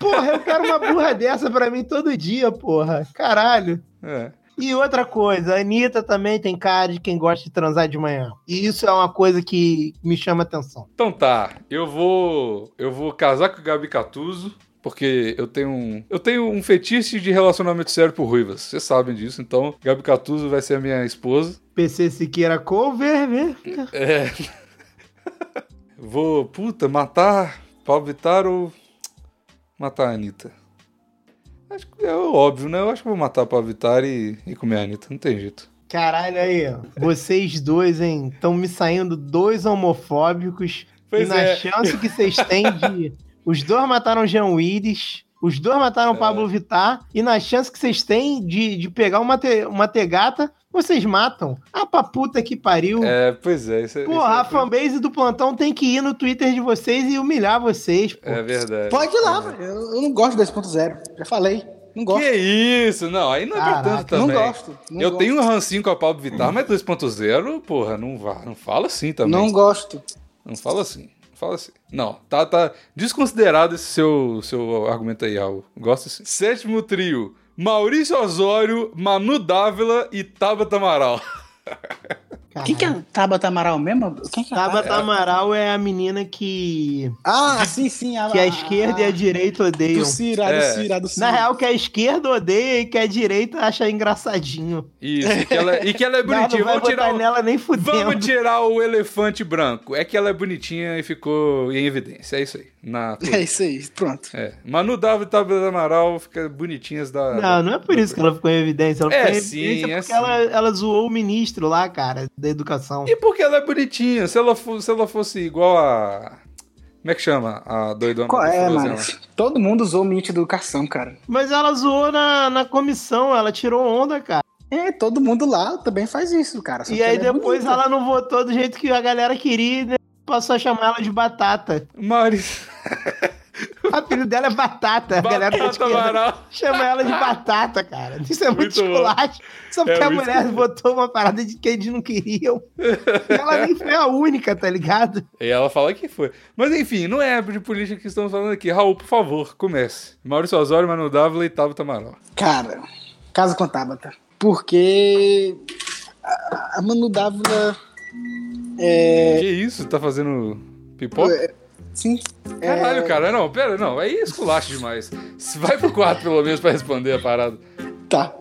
Porra, eu quero uma burra dessa pra mim todo dia, porra. Caralho. é. E outra coisa, a Anitta também tem cara de quem gosta de transar de manhã. E isso é uma coisa que me chama atenção. Então tá, eu vou. Eu vou casar com o Gabi Catuzzo, porque eu tenho um. Eu tenho um fetiche de relacionamento sério por ruivas. Vocês sabem disso, então Gabi Catuzzo vai ser a minha esposa. PC Siqueira cover, né? É. vou, puta, matar Pablo Vittar ou matar a Anitta. Acho que é óbvio, né? Eu acho que eu vou matar Pablo Vittar e, e comer a Anitta. Não tem jeito. Caralho, aí, ó. vocês dois, hein? Estão me saindo dois homofóbicos. Pois e na é. chance que vocês têm de. Os dois mataram Jean Willis. Os dois mataram É. Pablo Vittar. E na chance que vocês têm de, de pegar uma, te- uma tegata, vocês matam. Ah, pra puta que pariu. É, pois é. Isso, é- isso Porra, é- a fanbase do plantão tem que ir no Twitter de vocês e humilhar vocês, pô. É verdade. Pode ir lá, É. velho. Eu, eu não gosto do 2.0. Já falei. Não gosto. Que isso? Não, aí não é pra Caraca, tanto também. Não gosto. Não eu gosto. tenho um rancinho com a Pablo Vittar, mas é 2.0, porra, não, vá, não fala assim também. Não Não, gosto. fala assim. não Fala assim. Não, tá, tá desconsiderado esse seu, seu argumento aí, Raul. Gosto sim. Sétimo trio: Maurício Osório, Manu Dávila e Tabata Amaral. Caralho. Quem que é Tabata Amaral mesmo? Quem que é Tabata Amaral é a menina que, Ah, sim, sim. que a esquerda e a direita Do odeiam. Ciro, a do É. Ciro, a do Ciro. Na real, que a esquerda odeia e que a direita acha engraçadinho. Isso, e que ela, e que ela é Não, bonitinha. não vai Vamos tirar, botar o, nela nem fudendo. vamos tirar o elefante branco. É que ela é bonitinha e ficou em evidência. É isso aí. Na, É isso aí, pronto. É. Manu Dávila e Tabata Amaral fica bonitinhas da. Não, não é por isso que ela ficou em evidência. Ela É, ficou em sim, evidência é porque sim. ela, ela zoou o ministro lá, cara, da educação. E porque ela é bonitinha. Se ela, fo- se ela fosse igual a. Como é que chama? A doidona. Qual da é, Fazenda? mano? Todo mundo usou o Ministro da Educação, cara. Mas ela zoou na, na comissão, ela tirou onda, cara. É, todo mundo lá também faz isso, cara. só E que aí ela é depois bonita. ela não votou do jeito que a galera queria e né, passou a chamar ela de batata. Maurício. O apelido dela é batata. A galera tá Batata Amaral. Chama ela de batata, cara. Isso é muito Muito bom. É esculacho. Só porque a muito mulher botou uma parada de que eles não queriam. E ela nem foi a única, tá ligado? E ela fala que foi. Mas enfim, não é de política que estamos falando aqui. Raul, por favor, comece. Maurício Osório, Manu Dávila e Tabata Amaral. Cara, casa com a Tabata. Porque a, a Manu Dávila. É. Que isso? Tá fazendo pipoca? Sim. É. Caralho, cara. Não, pera, não. Aí é esculacho demais. Se Vai pro quarto, pelo menos, pra responder a parada. Tá.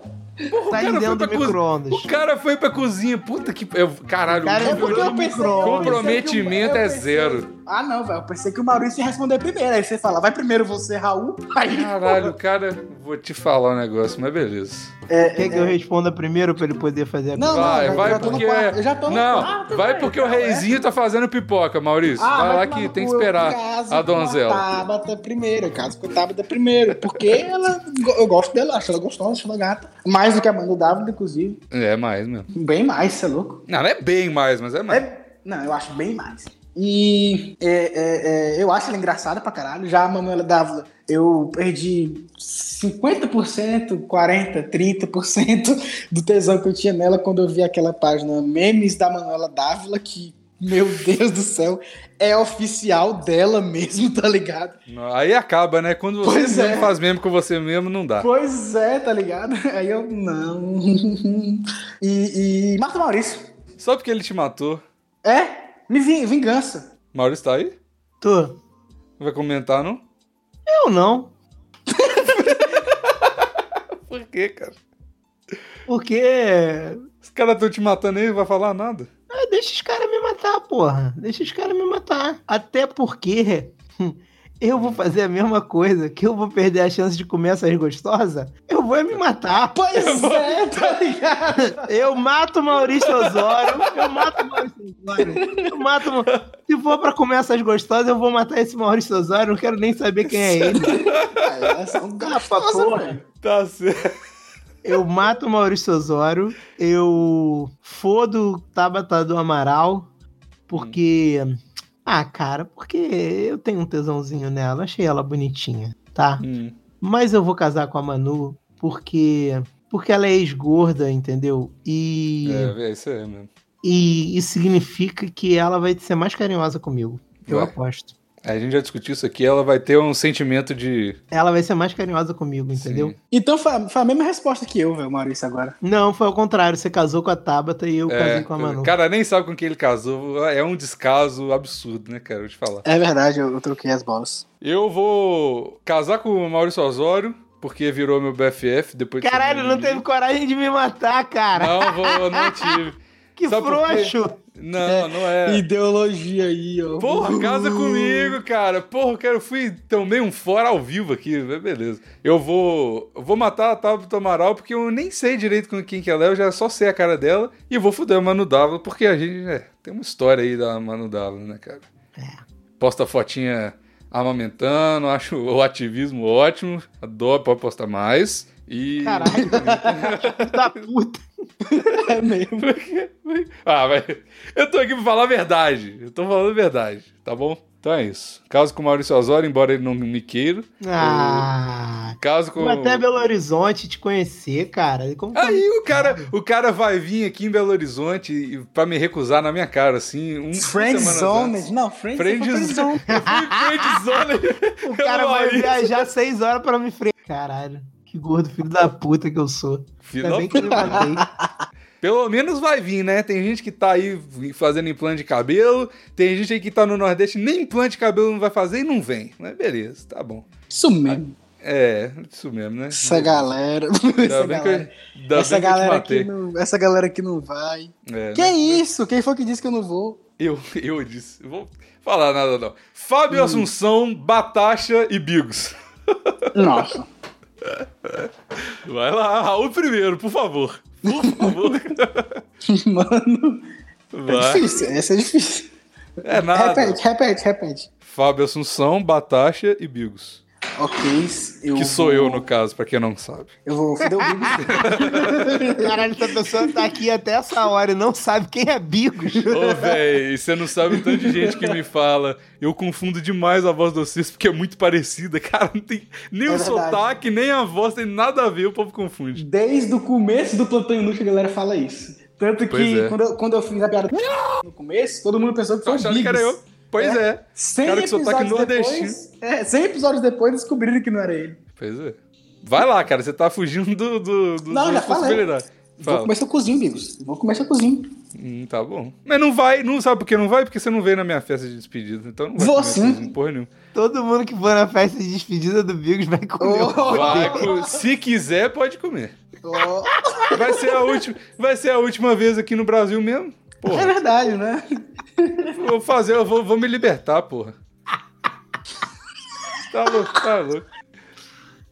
Porra, Tá indo dentro do cozinha. micro-ondas. O cara foi pra cozinha. Puta que. Eu... Caralho, Cara, o é porque nível eu de pensei- eu assim, pensei que o- comprometimento eu é pensei- zero. Ah, não, velho. Eu pensei que o Maurício ia responder primeiro. Aí você fala, vai primeiro você, Raul. Aí. Caralho, cara, vou te falar um negócio, mas beleza. Quer que eu responda primeiro pra ele poder fazer a Não, Vai, não, vai eu já tô porque- é- no quarto. Eu já tô no não, um quarto, vai velho, Ah, porque o cara, é. reizinho tá fazendo pipoca, Maurício. vai vai lá tomar que no tem que cu, eu esperar caso a com donzela. Tabata primeiro, eu caso com a Tabata primeiro. Porque ela, eu gosto dela, acho ela gostosa, acho ela gata. Mais do que a Manu Dávila, inclusive. É mais mesmo. Bem mais, você é louco. Não, não é bem mais, mas é mais. É- não, eu acho bem mais. E é, é, é, eu acho ela engraçada pra caralho. Já a Manuela Dávila, eu perdi 50%, 40%, 30% do tesão que eu tinha nela quando eu vi aquela página Memes da Manuela Dávila, que, meu Deus do céu, é oficial dela mesmo, tá ligado? Não, Aí acaba, né? Quando você Pois mesmo é. faz mesmo com você mesmo, não dá. Pois é, tá ligado? Aí eu, não. E, e Marta Maurício. Só porque ele te matou. É, me vin- vingança. Maurício tá aí? Tô. Não vai comentar, não? Eu não. Por quê, cara? Porque. Os caras tão te matando aí, não vai falar nada. ah, deixa os caras me matar, porra. Deixa os caras me matar. Até porque. Eu vou fazer a mesma coisa, que eu vou perder a chance de comer essas gostosas. Eu vou é me matar. Pois é, tá ligado? Eu mato o Maurício Osório. Eu mato o Maurício Osório. Eu mato. o- Se for pra comer essas gostosas, eu vou matar esse Maurício Osório. Não quero nem saber quem é ele. Ah, Essa é um Pra porra. gafaporra. Tá certo. Eu mato o Maurício Osório. Eu fodo o Tabata do Amaral. Porque. Ah, cara, porque eu tenho um tesãozinho nela. Achei ela bonitinha, tá? Hum. Mas eu vou casar com a Manu porque. Porque ela é ex-gorda, entendeu? E. É, é isso aí mesmo. E isso significa que ela vai ser mais carinhosa comigo. Eu Vai. aposto. A gente já discutiu isso aqui, ela vai ter um sentimento de. Ela vai ser mais carinhosa comigo, entendeu? Sim. Então foi, foi a mesma resposta que eu, velho, Maurício, agora. Não, foi ao contrário. Você casou com a Tabata e eu É, casei com a Manu. o cara nem sabe com quem ele casou. É um descaso absurdo, né, cara? Vou te falar. É verdade, eu, eu troquei as bolas. Eu vou casar com o Maurício Osório, porque virou meu BFF depois de ser Caralho, meu não inimigo. teve coragem de me matar, cara. Não, vou, não tive. Que Sabe por quê? frouxo! Não, não é. Ideologia aí, ó. Porra, Uhul. casa comigo, cara. Porra, eu quero, fui também um fora ao vivo aqui, mas beleza. Eu vou eu vou matar a Tabata Amaral porque eu nem sei direito com quem que ela é, eu já só sei a cara dela e vou fuder a Manu Dávila porque a gente é, tem uma história aí da Manu Dávila, né, cara? Posta fotinha amamentando, acho o ativismo ótimo, adoro, pode postar mais. E Caralho. da puta. É mesmo. Ah, mas eu tô aqui pra falar a verdade. Eu tô falando a verdade, tá bom? Então é isso. Caso com o Maurício Osório, embora ele não me queira. Ah. Caso com. Vou até Belo Horizonte te conhecer, cara. E Como que eu Aí o cara, o cara vai vir aqui em Belo Horizonte e- pra me recusar na minha cara, assim. Um, Friend semanas antes. Zone. Não, Friend, Friend Zone. Friend Zone. Eu fui friend zone. O cara vai Maurício. viajar seis horas pra me frear. Caralho, que gordo filho da puta que eu sou. Filho Ainda da bem que eu me matei. Pelo menos vai vir, né? Tem gente que tá aí fazendo implante de cabelo, tem gente aí que tá no Nordeste, nem implante de cabelo não vai fazer e não vem. Mas beleza, tá bom. Isso mesmo. É, isso mesmo, né? Essa galera. Essa Ainda bem que eu- galera, ainda essa bem que eu te galera matei. aqui não, essa galera aqui não vai. É, Que isso? Quem foi que disse que eu não vou? eu, eu disse. eu Vou falar nada, não. Fábio Hum. Assunção, Batacha e Bigos. Nossa. Vai lá, Raul primeiro, por favor. Por favor. Mano, é Vai. difícil. Essa é difícil. É nada. Repete, repete, repete. Fábio Assunção, Batacha e Bigos. Ok. Eu Que sou vou- eu, no caso, pra quem não sabe. Eu vou foder o bico. Caralho, essa pessoa tá aqui até essa hora e não sabe quem é Bigos. Ô, véi, você não sabe o tanto de gente que me fala. Eu confundo demais a voz do Cis porque é muito parecida. Cara, não tem nem É o verdade. sotaque, nem a voz, tem nada a ver, o povo confunde. Desde o começo do Plantão Inútil a galera fala isso. Tanto Pois que é. quando, eu, quando eu fiz a piada no começo, todo mundo pensou que foi o Acharam que era eu. Biggs. Pois é. Cem Cara com sotaque episódios depois, é, 100 episódios depois descobriram que não era ele. Pois é. Vai lá, cara, você tá fugindo do, do, do Não, da já falei. possibilidade. Vou Fala. comer seu cozinho, Bigos. Vou comer seu cozinho. Hum, tá bom. Mas não vai, não sabe por que não vai? Porque você não veio na minha festa de despedida. Então não vai. Vou comer sim. coisa, Porra nenhuma. Todo mundo que for na festa de despedida do Bigos vai comer. Oh. Vai, co- se quiser, pode comer. Vai ser, a última, vai ser a última vez aqui no Brasil mesmo. É Porra, verdade, né? eu vou fazer, eu vou, vou me libertar, porra. Tá louco, tá louco.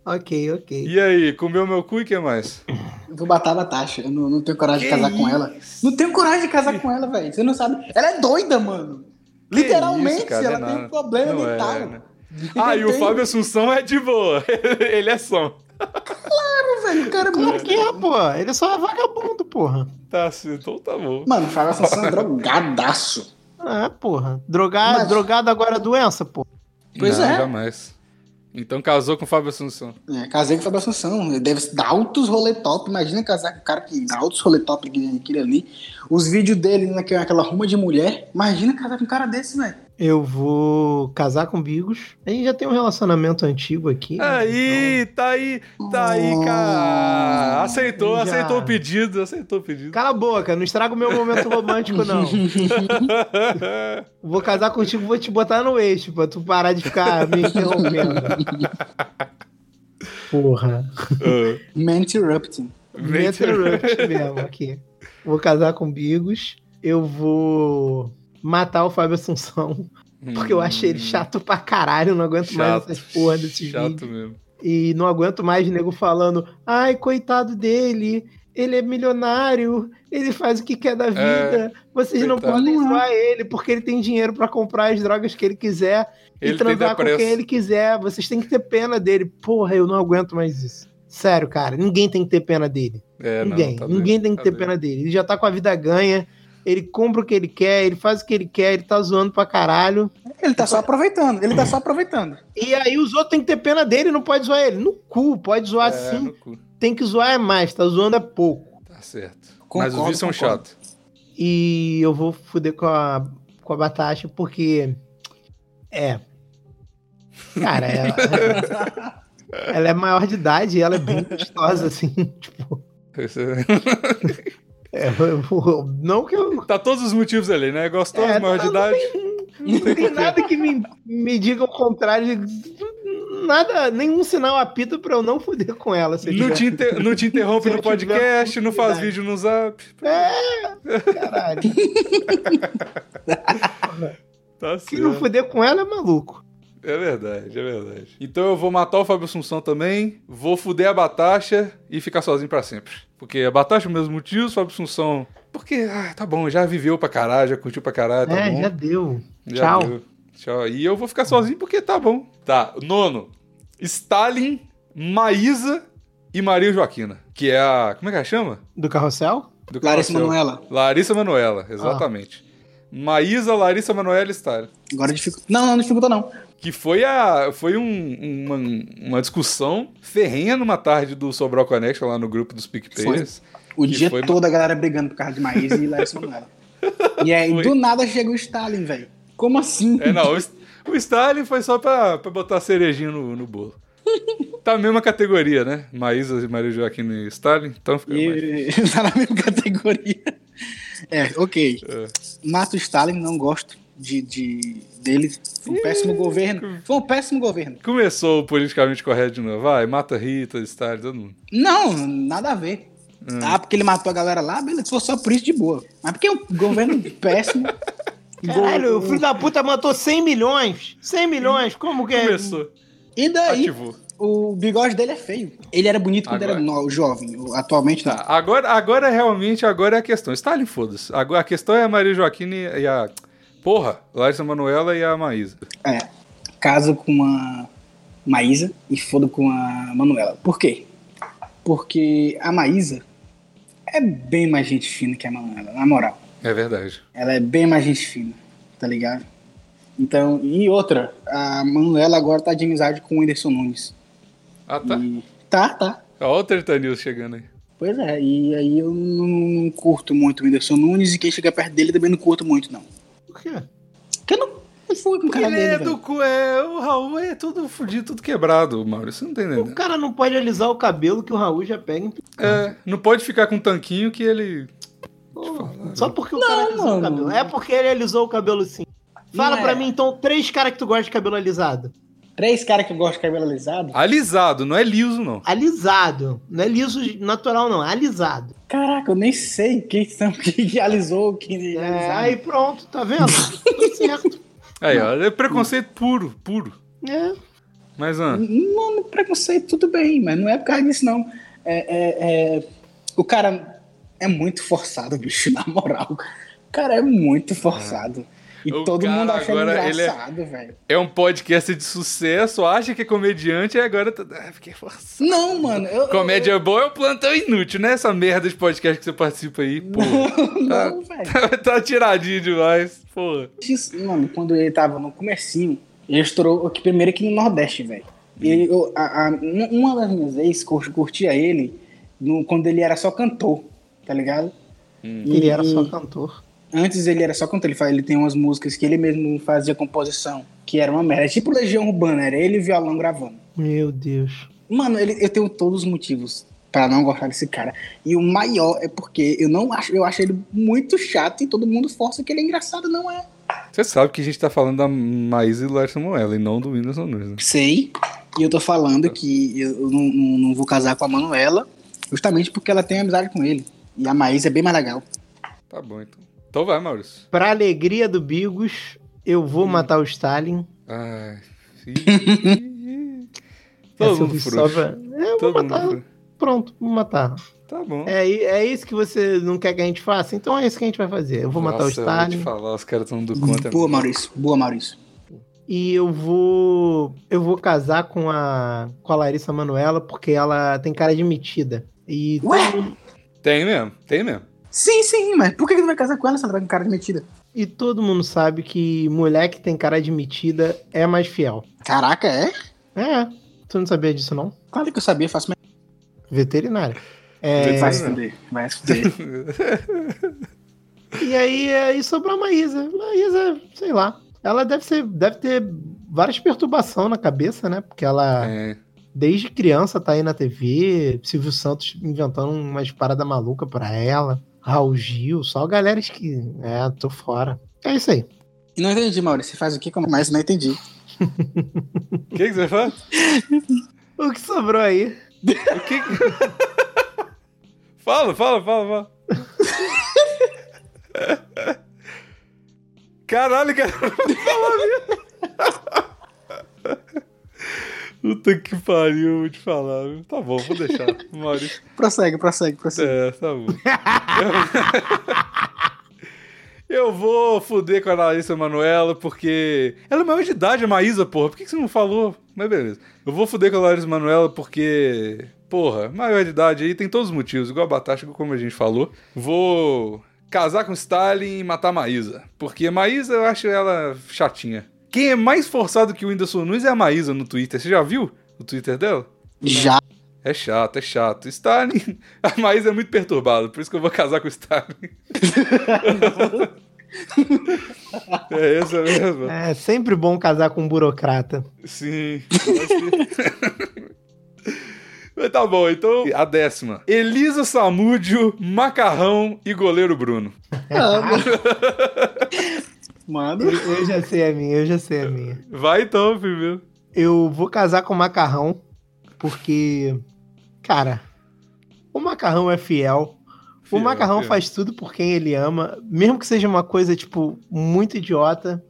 Ok, ok. E aí, comeu meu cu e o que mais? Eu vou matar a Natasha. Eu não, não tenho coragem de Que casar com ela. Não tenho coragem de casar com ela, velho. Você não sabe. Ela é doida, mano. Que Literalmente, isso, cara, ela não é tem um nada. problema Não é, mental. né? Ah, e o Tem- Fábio Assunção é de boa. Ele é som. velho, o cara é Por muito que, pô? Ele só é vagabundo, porra. Tá, sim, então tá bom. Mano, o Fábio Assunção é drogadaço. Ah, porra. Drogado, Mas- drogado agora é doença, pô. Pois Não, é. jamais. Então casou com o Fábio Assunção. É, casei com o Fábio Assunção. Ele deve dar altos rolê top. Imagina casar com um cara que dá altos rolê top aqui, aquele ali. Os vídeos dele né, naquela ruma de mulher. Imagina casar com um cara desse, velho. Eu vou casar com Bigos. A gente já tem um relacionamento antigo aqui. né? Aí, tá aí, tá aí, cara. Aceitou, Já. aceitou o pedido, aceitou o pedido. Então, Cala a boca, não estraga o meu momento romântico, não. Vou casar contigo, vou te botar no eixo, pra tu parar de ficar me interrompendo. Porra. Ah, Man interrupting. vem tirar. Interrupt mesmo aqui. Vou casar com Bigos. Eu vou matar o Fábio Assunção, porque Hum. eu achei ele chato pra caralho, não aguento mais essas porra desses vídeos. Chato mesmo. E não aguento mais nego falando, ai, coitado dele, ele é milionário, ele faz o que quer da vida, vocês não É, coitado. podem zoar ele, porque ele tem dinheiro pra comprar as drogas que ele quiser e Ele tem transar com depressa. quem ele quiser, vocês têm que ter pena dele. Porra, eu não aguento mais isso. Sério, cara, ninguém tem que ter pena dele. É, não, ninguém. tá ninguém doido, tem que tá ter doido. pena dele. Ele já tá com a vida ganha, ele compra o que ele quer, ele faz o que ele quer, ele tá zoando pra caralho. Ele tá só aproveitando. Ele tá só aproveitando. E aí os outros têm que ter pena dele, não pode zoar ele. No cu, pode zoar É, sim, no cu. tem que zoar é mais, tá zoando é pouco. Tá certo. Mas é Concordo, os vídeos são concordo. chatos. E eu vou fuder com a, com a Batasha, porque. É. Cara, ela. ela é maior de idade e ela é bem gostosa, assim. Tipo, é, eu vou- não que eu. Tá todos os motivos ali, né? Gostoso, É, maior de não idade. Não tem nada que me, me diga o contrário. de- nada, nenhum sinal apita pra eu não fuder com ela. Se eu Não tiver. te, inter- não te interrompe Se eu no podcast, não faz vídeo no zap. Caralho. Tá Se não certo. fuder com ela, é maluco. É verdade, é verdade. Então eu vou matar o Fábio Assunção também, vou fuder a Batasha e ficar sozinho pra sempre. Porque a é Batasha, meus motivos, Fábio Assunção. Porque, ah, tá bom, já viveu pra caralho, já curtiu pra caralho, tá é, bom. já deu. Já Tchau. deu. Tchau. E eu vou ficar sozinho porque tá bom. Tá, nono. Stalin, Maísa e Maria Joaquina. Que é a. Como é que ela chama? Do carrossel? Do Larissa Carrossel. Manoela. Larissa Manoela, exatamente. Ah. Maísa, Larissa Manoela e Stalin. Agora dificulta. Não, não dificulta, não. Que foi, a, foi um- uma, uma discussão ferrenha numa tarde do Sobral Connection lá no grupo dos PicPayers. O Que dia foi- todo a galera brigando por causa de Maísa e Larissa Manoela. E aí, Foi. do nada, chega o Stalin, velho. Como assim? É, não, o, S- o Stalin foi só pra, pra botar a cerejinha no, no bolo. Tá a mesma categoria, né? Maísa, Maria Joaquina e Stalin. Então fica mais- E tá na mesma categoria. É, ok. É. Mato Stalin, não gosto de, de, dele. Foi um péssimo governo. Foi um péssimo governo. Começou o politicamente correto de novo. Vai, mata Rita, Stalin, todo mundo. Não, nada a ver. Hum. Ah, porque ele matou a galera lá, beleza, se for só por isso de boa. Mas porque é um governo péssimo. Caralho, o Go- filho da puta matou 100 milhões. 100 milhões? Como que é? Começou, E daí, ativou. o bigode dele é feio. Ele era bonito quando Agora- era no, jovem, atualmente não. Tá, agora, agora realmente, agora é a questão. Stalin, foda-se. Agora, a questão é a Maria Joaquina e e a... Porra, Larissa Manoela e a Maísa. É, caso com a Maísa e foda com a Manuela. Por quê? Porque a Maísa é bem mais gente fina que a Manuela, na moral. É verdade. Ela é bem mais gente fina, tá ligado? Então, e outra, a Manuela agora tá de amizade com o Whindersson Nunes. Ah, tá. E- tá, tá. Ó, o Treta News chegando aí. Pois é, e aí eu não, não curto muito o Whindersson Nunes e quem chega perto dele também não curto muito, não. Por quê? Porque eu não, não fui com o cara Ele dele, é velho. do cu, é, o Raul é tudo fudido, tudo quebrado, Maurício. Você não tá O entendendo. cara não pode alisar o cabelo que o Raul já pega. em- É, não pode ficar com um tanquinho que ele. Pô, só porque o cara alisou mano. o cabelo. É porque ele alisou o cabelo sim. Fala Não pra é. mim, então, três caras que tu gosta de cabelo alisado. Três caras que gostam de cabelo alisado. Alisado, não é liso, não. Alisado. Não é liso natural, não. é Alisado. Caraca, eu nem sei quem são, quem realizou, quem É, realizou. aí pronto, tá vendo? Tô certo. Aí, ó, é preconceito puro, puro. É. Mas, ah, Mano, preconceito, tudo bem, mas não é por causa disso, não. É, é, é, O cara é muito forçado, bicho, na moral. O cara é muito forçado. E O todo cara mundo achando agora, ele é- engraçado, velho. é um podcast de sucesso, acha que é comediante e agora. Tá... Ah, fiquei forçado. Não, mano. Eu, Comédia boa é o plantão inútil, né? Essa merda de podcast que você participa aí, pô. eu- Não, velho. tá tiradinho demais, porra. Isso, Mano, quando ele tava no comercinho, ele estourou aqui, primeiro aqui no Nordeste, velho. E ele- eu- a- a- um- uma das minhas ex cur- curtia ele no- quando ele era só cantor, tá ligado? E Ele era Uhum. só cantor. Antes ele era só cantor, ele, faz, ele tem umas músicas que ele mesmo fazia composição, que era uma merda. É tipo Legião Urbana, era ele e o violão gravando. Meu Deus. Mano, ele- eu tenho todos os motivos pra não gostar desse cara. E o maior é porque eu não acho, eu acho ele muito chato e todo mundo força que ele é engraçado, não é? Você sabe que a gente tá falando da Maísa e do Larissa Manoela e não do Windows Nunes, né? Sei. E eu tô falando Tá. que eu não, não- não vou casar com a Manuela, justamente porque ela tem amizade com ele. E a Maísa é bem mais legal. Tá bom, então. Então vai, Maurício. Pra alegria do Bigos, eu Uhum. vou matar o Stalin. Ai. ih, ih. Todo Essa eu mundo fiz frouxo. só pra- É, eu vou Todo mundo matar. frouxo. Pronto, vou matar. Tá bom. É, i- é isso que você não quer que a gente faça? Então é isso que a gente vai fazer. Eu vou matar o Nossa, eu vou te Stalin. falar, os caras tão do conta. Boa, Maurício. Boa, Maurício. E eu vou. Eu vou casar com a, com a Larissa Manuela, porque ela tem cara de metida. E Ué? Tem mesmo, tem mesmo. Sim, sim, mas por que que tu vai casar com ela se ela tá com cara de metida? E todo mundo sabe que mulher que tem cara admitida é mais fiel. Caraca, é? É, tu não sabia disso, não? Claro que eu sabia, faço melhor. Veterinária. É, Vai né? se fuder, vai se fuder. e aí, é, e sobrou a Maísa. Maísa, sei lá. Ela deve, ser, deve ter várias perturbações na cabeça, né? Porque ela, É. desde criança, tá aí na TV. Silvio Santos inventando umas paradas malucas pra ela. Raul Gil, só galera que. É, tô fora. É isso aí. E não entendi, Maurício. Você faz o que? Como mais? Não entendi. O que, que você fala? O que sobrou aí? O que que- fala, fala, fala, fala. Caralho, cara. Fala mesmo. Puta que pariu, vou te falar. viu? Tá bom, vou deixar. Maurício. Prossegue, prossegue, assim. prossegue. É, tá bom. Eu vou fuder com a Larissa Manoela, porque. Ela é maior de idade, a Maísa, porra. Por que que você não falou? Mas beleza. Eu vou fuder com a Larissa Manoela porque. Porra, maior de idade aí tem todos os motivos, igual a Batasha, como a gente falou. Vou casar com Stalin e matar a Maísa. Porque a Maísa eu acho ela chatinha. Quem é mais forçado que o Whindersson Nunes é a Maísa no Twitter. Você já viu o Twitter dela? Já. É chato, é chato. Stalin. A Maísa é muito perturbada, por isso que eu vou casar com o Stalin. é essa mesmo? É sempre bom casar com um burocrata. Sim. Mas tá bom, então a décima. Elisa Samúdio, Macarrão e Goleiro Bruno. Mano. Eu, eu já sei a minha, eu já sei a minha. Vai então, filho. Eu vou casar com o macarrão, porque, cara, o macarrão é fiel. O Fiel, macarrão fiel. faz tudo por quem ele ama, mesmo que seja uma coisa, tipo, muito idiota.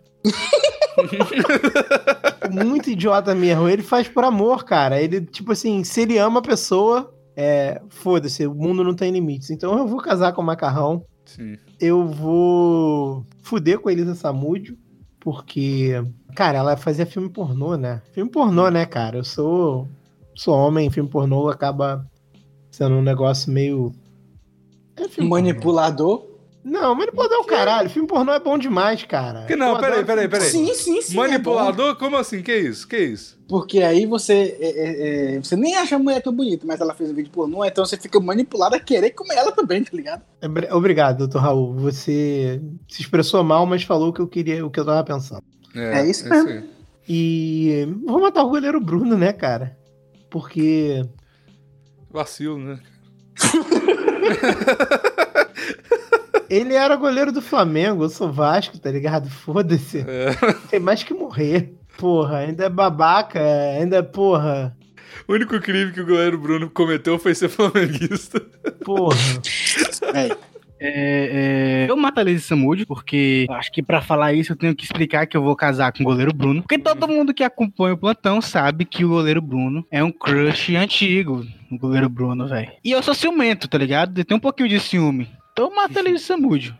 muito idiota mesmo. Ele faz por amor, cara. Ele, tipo assim, se ele ama a pessoa, é, foda-se, o mundo não tem limites. Então eu vou casar com o macarrão. Sim. eu vou fuder com a Elisa Samúdio, porque, cara, ela fazia filme pornô, né? Filme pornô, né, cara? Eu sou, sou homem, filme pornô acaba sendo um negócio meio. É filme pornô. Manipulador. Não, manipulador é o caralho. Filme pornô é bom demais, cara. Que não, Eu peraí, adoro peraí, filme peraí. Sim, sim, sim. é Manipulador? Como assim? Que isso? Que isso? bom. porque aí você. é, é, é, você nem acha a mulher tão bonita, mas ela fez um vídeo pornô, então você fica manipulado a querer comer ela também, tá ligado? Obri- Obrigado, doutor Raul. Você se expressou mal, mas falou o que eu queria, o que eu tava pensando. É isso aí. E vou matar o goleiro Bruno, né, cara? Porque Vacilo, né? Ele era goleiro do Flamengo, eu sou Vasco, tá ligado? Foda-se. É. Tem mais que morrer. Porra, ainda é babaca, ainda é porra. O único crime que o goleiro Bruno cometeu foi ser flamenguista. Porra. É. É, é, Eu mato a Lizzie Samudio, porque acho que pra falar isso eu tenho que explicar que eu vou casar com o goleiro Bruno. Porque todo mundo que acompanha o plantão sabe que o goleiro Bruno é um crush antigo. O goleiro Bruno, velho. E eu sou ciumento, tá ligado? Eu tenho um pouquinho de ciúme. Então eu mato a Lizzie Samudio.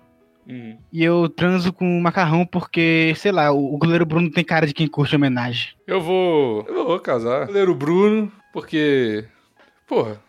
Hum. E eu transo com o macarrão porque, sei lá, o, o goleiro Bruno tem cara de quem curte homenagem. Eu vou. Eu vou casar. Goleiro Bruno, porque. Porra,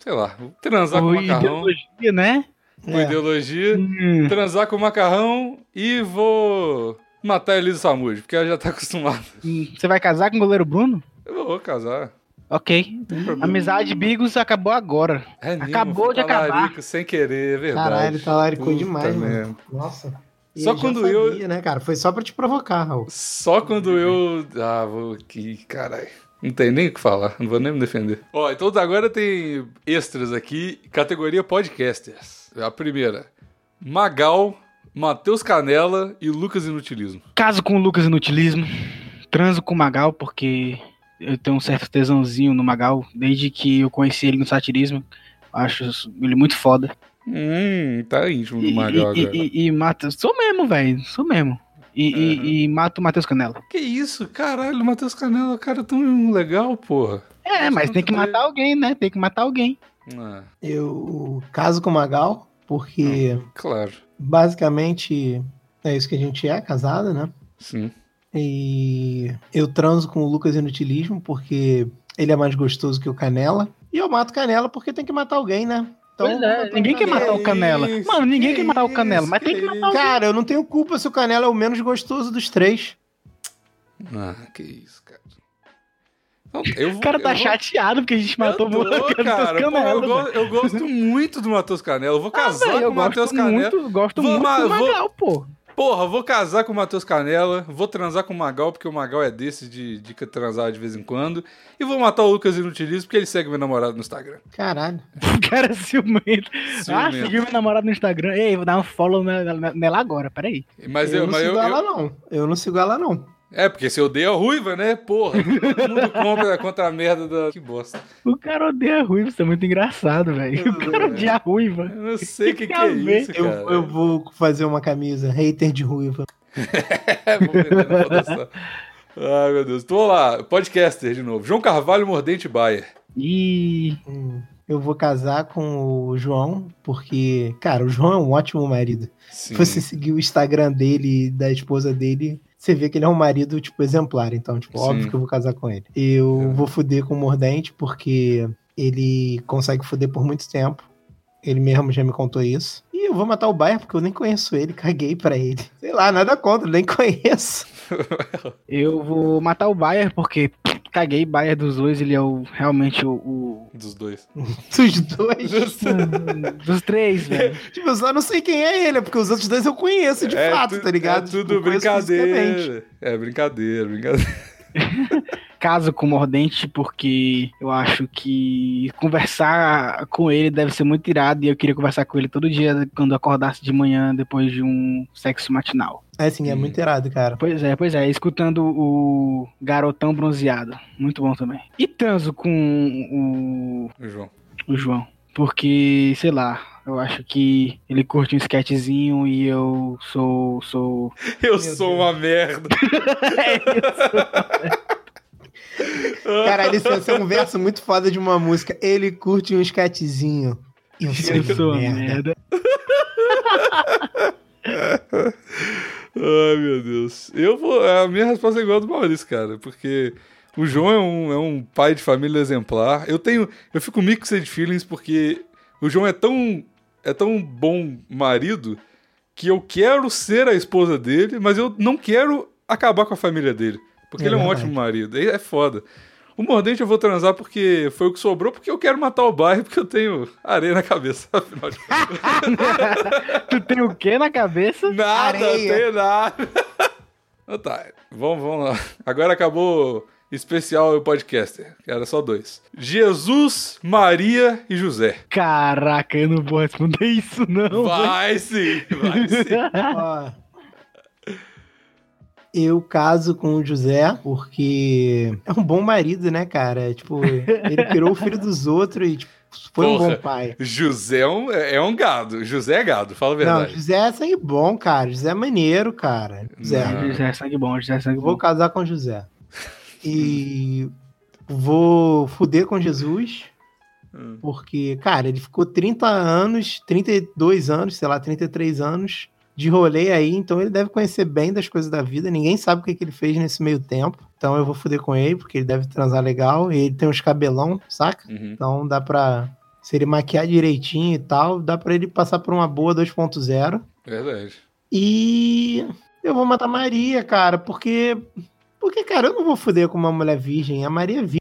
sei lá. Transar com Ou o macarrão. É. ideologia, né? Com ideologia. Hum. Transar com o macarrão e vou. Matar a Elisa Samud, porque ela já tá acostumada. Hum, Você vai casar com o goleiro Bruno? Eu vou casar. Ok. Amizade Bigos acabou agora. É mesmo, Acabou fui de acabar. talarico Sem querer, é verdade. Caralho, tá laricou Puta demais, merda. mano. Nossa. Só Ele já quando eu- sabia, né, cara? Foi só pra te provocar, Raul. Só quando eu. Ah, vou aqui, caralho. Não tem nem o que falar, não vou nem me defender. Ó, então agora tem extras aqui, categoria podcasters. A primeira: Magal, Matheus Canela e Lucas Inutilismo. Caso com o Lucas Inutilismo. Transo com o Magal, porque eu tenho um certo tesãozinho no Magal. Desde que eu conheci ele no satirismo. Acho ele muito foda. Hum, tá íntimo do E, Magal e, agora. e- e mata. Sou mesmo, velho. Sou mesmo. E, e- Uhum. e mata o Matheus Canela. Que isso, caralho, Matheus Canela, cara é tão legal, porra. É, mas tem que matar alguém, né? Tem que matar alguém. Ah, Eu caso com o Magal, porque claro, basicamente é isso que a gente é, casado, né? sim. E eu transo com o Lucas Inutilismo porque ele é mais gostoso que o Canela. E eu mato Canela porque tem que matar alguém, né? Então, Pois é, matou ninguém o quer Canela. matar o Canela. isso, Mano, ninguém que quer matar o Canela, isso, mas tem que que matar alguém. Cara, eu não tenho culpa se o Canela é o menos gostoso dos três. Ah, que isso, cara. Então, eu vou, O cara eu tá vou- chateado porque a gente matou eu o tô, moleque do cara. Pô, é Canela. eu, velho. Ah, go- eu gosto muito do Matheus Canela. Eu vou casar Velho, com o Matheus gosto Canela. muito, gosto Vou muito ma- do vou- Magal, pô. Porra, eu vou casar com o Matheus Canela. Vou transar com o Magal, porque o Magal é desse de, de transar de vez em quando. E vou matar o Lucas Inutilismo, porque ele segue meu namorado no Instagram. Caralho. O cara é ciumento. Ah, Ciumento. seguiu meu namorado no Instagram. Ei, vou dar um follow nela, nela agora, peraí. Mas eu eu, não mas sigo eu, eu- ela, não. Eu não sigo ela, não. É, porque se odeia a ruiva, né? Porra, todo mundo compra contra a merda da. Que bosta. O cara odeia a ruiva, isso é muito engraçado, velho. O É. cara odeia a ruiva. Eu não sei o que, que é a ver? isso, Eu, cara. eu vou fazer uma camisa, hater de ruiva. É, vou meter na rodação. Ai, meu Deus. Então, vamos lá. Podcaster de novo. João Carvalho Mordente Bayer. E Hum, Eu vou casar com o João, porque, cara, o João é um ótimo marido. Sim. Se você seguir o Instagram dele e da esposa dele, você vê que ele é um marido, tipo, exemplar. Então, tipo, Sim. óbvio que eu vou casar com ele. Eu É. vou fuder com o Mordente, porque ele consegue fuder por muito tempo. Ele mesmo já me contou isso. E eu vou matar o Bayer, porque eu nem conheço ele, caguei pra ele. Sei lá, nada contra, nem conheço. eu vou matar o Bayer, porque caguei Bayer dos dois, ele é o, realmente o- o. Dos dois. Dos dois. dos três, velho. Tipo, eu só não sei quem é ele, porque os outros dois eu conheço de É fato, tu- tá ligado? É tudo Tipo, conheço fisicamente. brincadeira. É brincadeira, brincadeira. caso com o Mordente, porque eu acho que conversar com ele deve ser muito irado e eu queria conversar com ele todo dia quando eu acordasse de manhã depois de um sexo matinal. É assim, é Hum. muito irado, cara. Pois é, pois é, escutando o Garotão Bronzeado. Muito bom também. E Tanzo com João. o, o João, porque, sei lá. Eu acho que ele curte um sketchzinho e eu sou. sou... Eu Meu sou Deus. uma merda. Caralho, isso ia ser um verso muito foda de uma música. Ele curte um escatezinho. Eu sou, Eu uma sou uma merda. merda. Ai, meu Deus. Eu vou. A minha resposta é igual a do Maurício, cara, porque o João é um, é um pai de família exemplar. Eu tenho. Eu fico mixed feelings porque o João é tão. é tão bom marido que eu quero ser a esposa dele, mas eu não quero acabar com a família dele. Porque É ele é um verdade. ótimo marido. É é foda. O mordente eu vou transar porque foi o que sobrou, porque eu quero matar o bairro, porque eu tenho areia na cabeça, afinal de contas. tu tem o quê na cabeça? Nada, não Areia. tem nada. Então tá, vamos, vamos lá. Agora acabou o especial e o podcaster. que Era só dois. Jesus, Maria e José. Caraca, eu não vou responder isso, não. Vai sim, vai sim. velho. Ó. Eu caso com o José porque é um bom marido, né, cara? Tipo, ele pirou o filho dos outros e tipo, foi um Porra. bom pai. José é um, é um gado. José é gado, fala a Não, verdade. José é sangue bom, cara. José é maneiro, cara. José. Não. José é sangue bom, José é sangue Eu vou bom. casar com José. E vou fuder com Jesus. Hum. Porque, cara, ele ficou 30 anos, 32 anos, sei lá, 33 anos de rolê aí, então ele deve conhecer bem das coisas da vida. Ninguém sabe o que, que ele fez nesse meio tempo. Então eu vou fuder com ele, porque ele deve transar legal. E ele tem uns cabelão, saca? Uhum. Então dá pra. Se ele maquiar direitinho e tal, dá pra ele passar por uma boa 2.0. Verdade. E eu vou matar Maria, cara, porque. Porque, cara, eu não vou foder com uma mulher virgem. A Maria é virgem,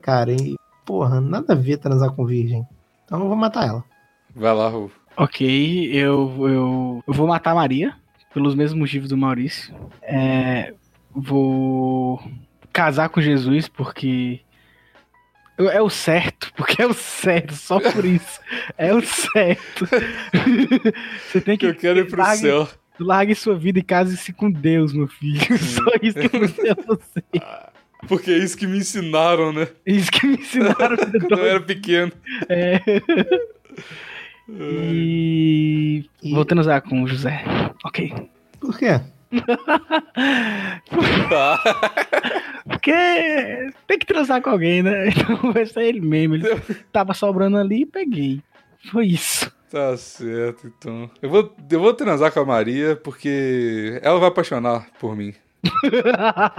cara. E, porra, nada a ver transar com virgem. Então eu vou matar ela. Vai lá, Ru. Ok, eu, eu, eu vou matar a Maria, pelos mesmos motivos do Maurício. É, vou casar com Jesus, porque. eu- É o certo, porque é o certo, só por isso. É o certo. Você tem Que que. eu quero ir pro largue- céu. Largue sua vida e case-se com Deus, meu filho. Só isso Hum. que eu quero pra você. Porque é isso que me ensinaram, né? Isso que me ensinaram. Quando eu era pequeno. É. Ai. E. E- Vou transar com o José. Ok. Por quê? Ah, Porque tem que transar com alguém, né? Então vai ser ele mesmo. Ele tava sobrando ali e peguei. Foi isso. tá certo, então. Eu vou, eu vou transar com a Maria porque ela vai apaixonar por mim.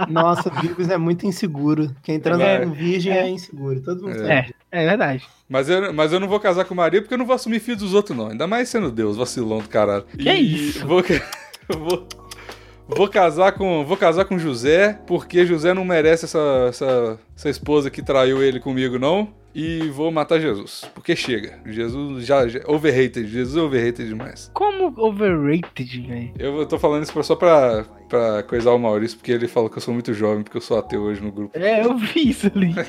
Nossa, Virgos é muito inseguro. Quem transa É. com virgem é inseguro. Todo mundo sabe. É, é verdade. Mas eu, mas eu não vou casar com Maria porque eu não vou assumir filho dos outros, não. Ainda mais sendo Deus, vacilão do caralho. Que isso? Vou, ca- vou, vou casar com, vou casar com José, porque José não merece essa, essa, essa esposa que traiu ele comigo, não. E vou matar Jesus, porque chega. Jesus já, já overrated, Jesus é overrated demais. Como overrated, velho. Eu vou- tô falando isso pra- só pra, pra coisar o Maurício, porque ele falou que eu sou muito jovem, porque eu sou ateu hoje no grupo. É, eu vi isso ali.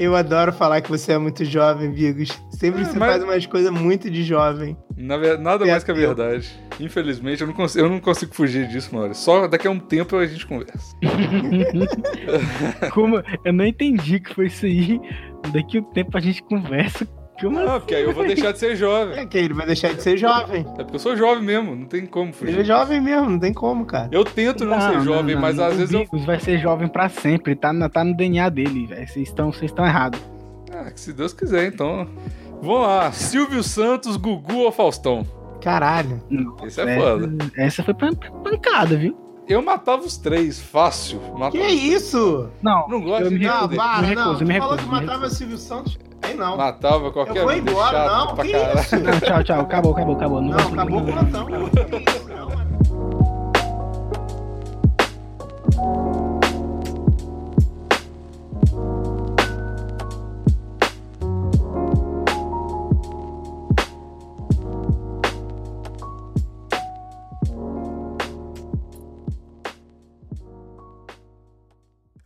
Eu adoro falar que você é muito jovem, Vigos. Sempre É, você mas- faz umas coisas muito de jovem. Na ver- Nada É mais que a teu. verdade. Infelizmente, eu não, consigo, eu não consigo fugir disso, Maurício. Só daqui a um tempo a gente conversa. Como? Eu não entendi o que foi isso aí. Daqui o tempo a gente conversa. Como assim, Não, porque aí Ah, eu vou deixar de ser jovem. É que ele vai deixar de ser jovem. É porque eu sou jovem mesmo, não tem como Ele é fugir. jovem mesmo, não tem como, cara. Eu tento não, ser jovem, mas às vezes o eu. Bigos vai ser jovem pra sempre, tá, na- tá no DNA dele, velho. Vocês estão vocês estão errados. Ah, que se Deus quiser, então. Vamos lá. Silvio Santos, Gugu ou Faustão? Caralho. Esse é Essa- foda. Essa foi pan- pancada, viu? Eu matava os três, fácil. Matava. Que isso? Não, Não gosto Eu de me nada. Não, recuso, para, me não. recuso, me Tu falou que recuso, me matava Silvio Santos? Aí não. Matava Eu qualquer vou um, embora, chato não. pra Que caralho. isso? não, tchau, tchau. Acabou, acabou, acabou. Não, Não, gosto- acabou o plantão. Que isso, não, mano.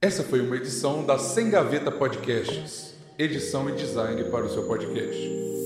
Essa foi uma edição da Sem Gaveta Podcasts. Edição e design para o seu podcast.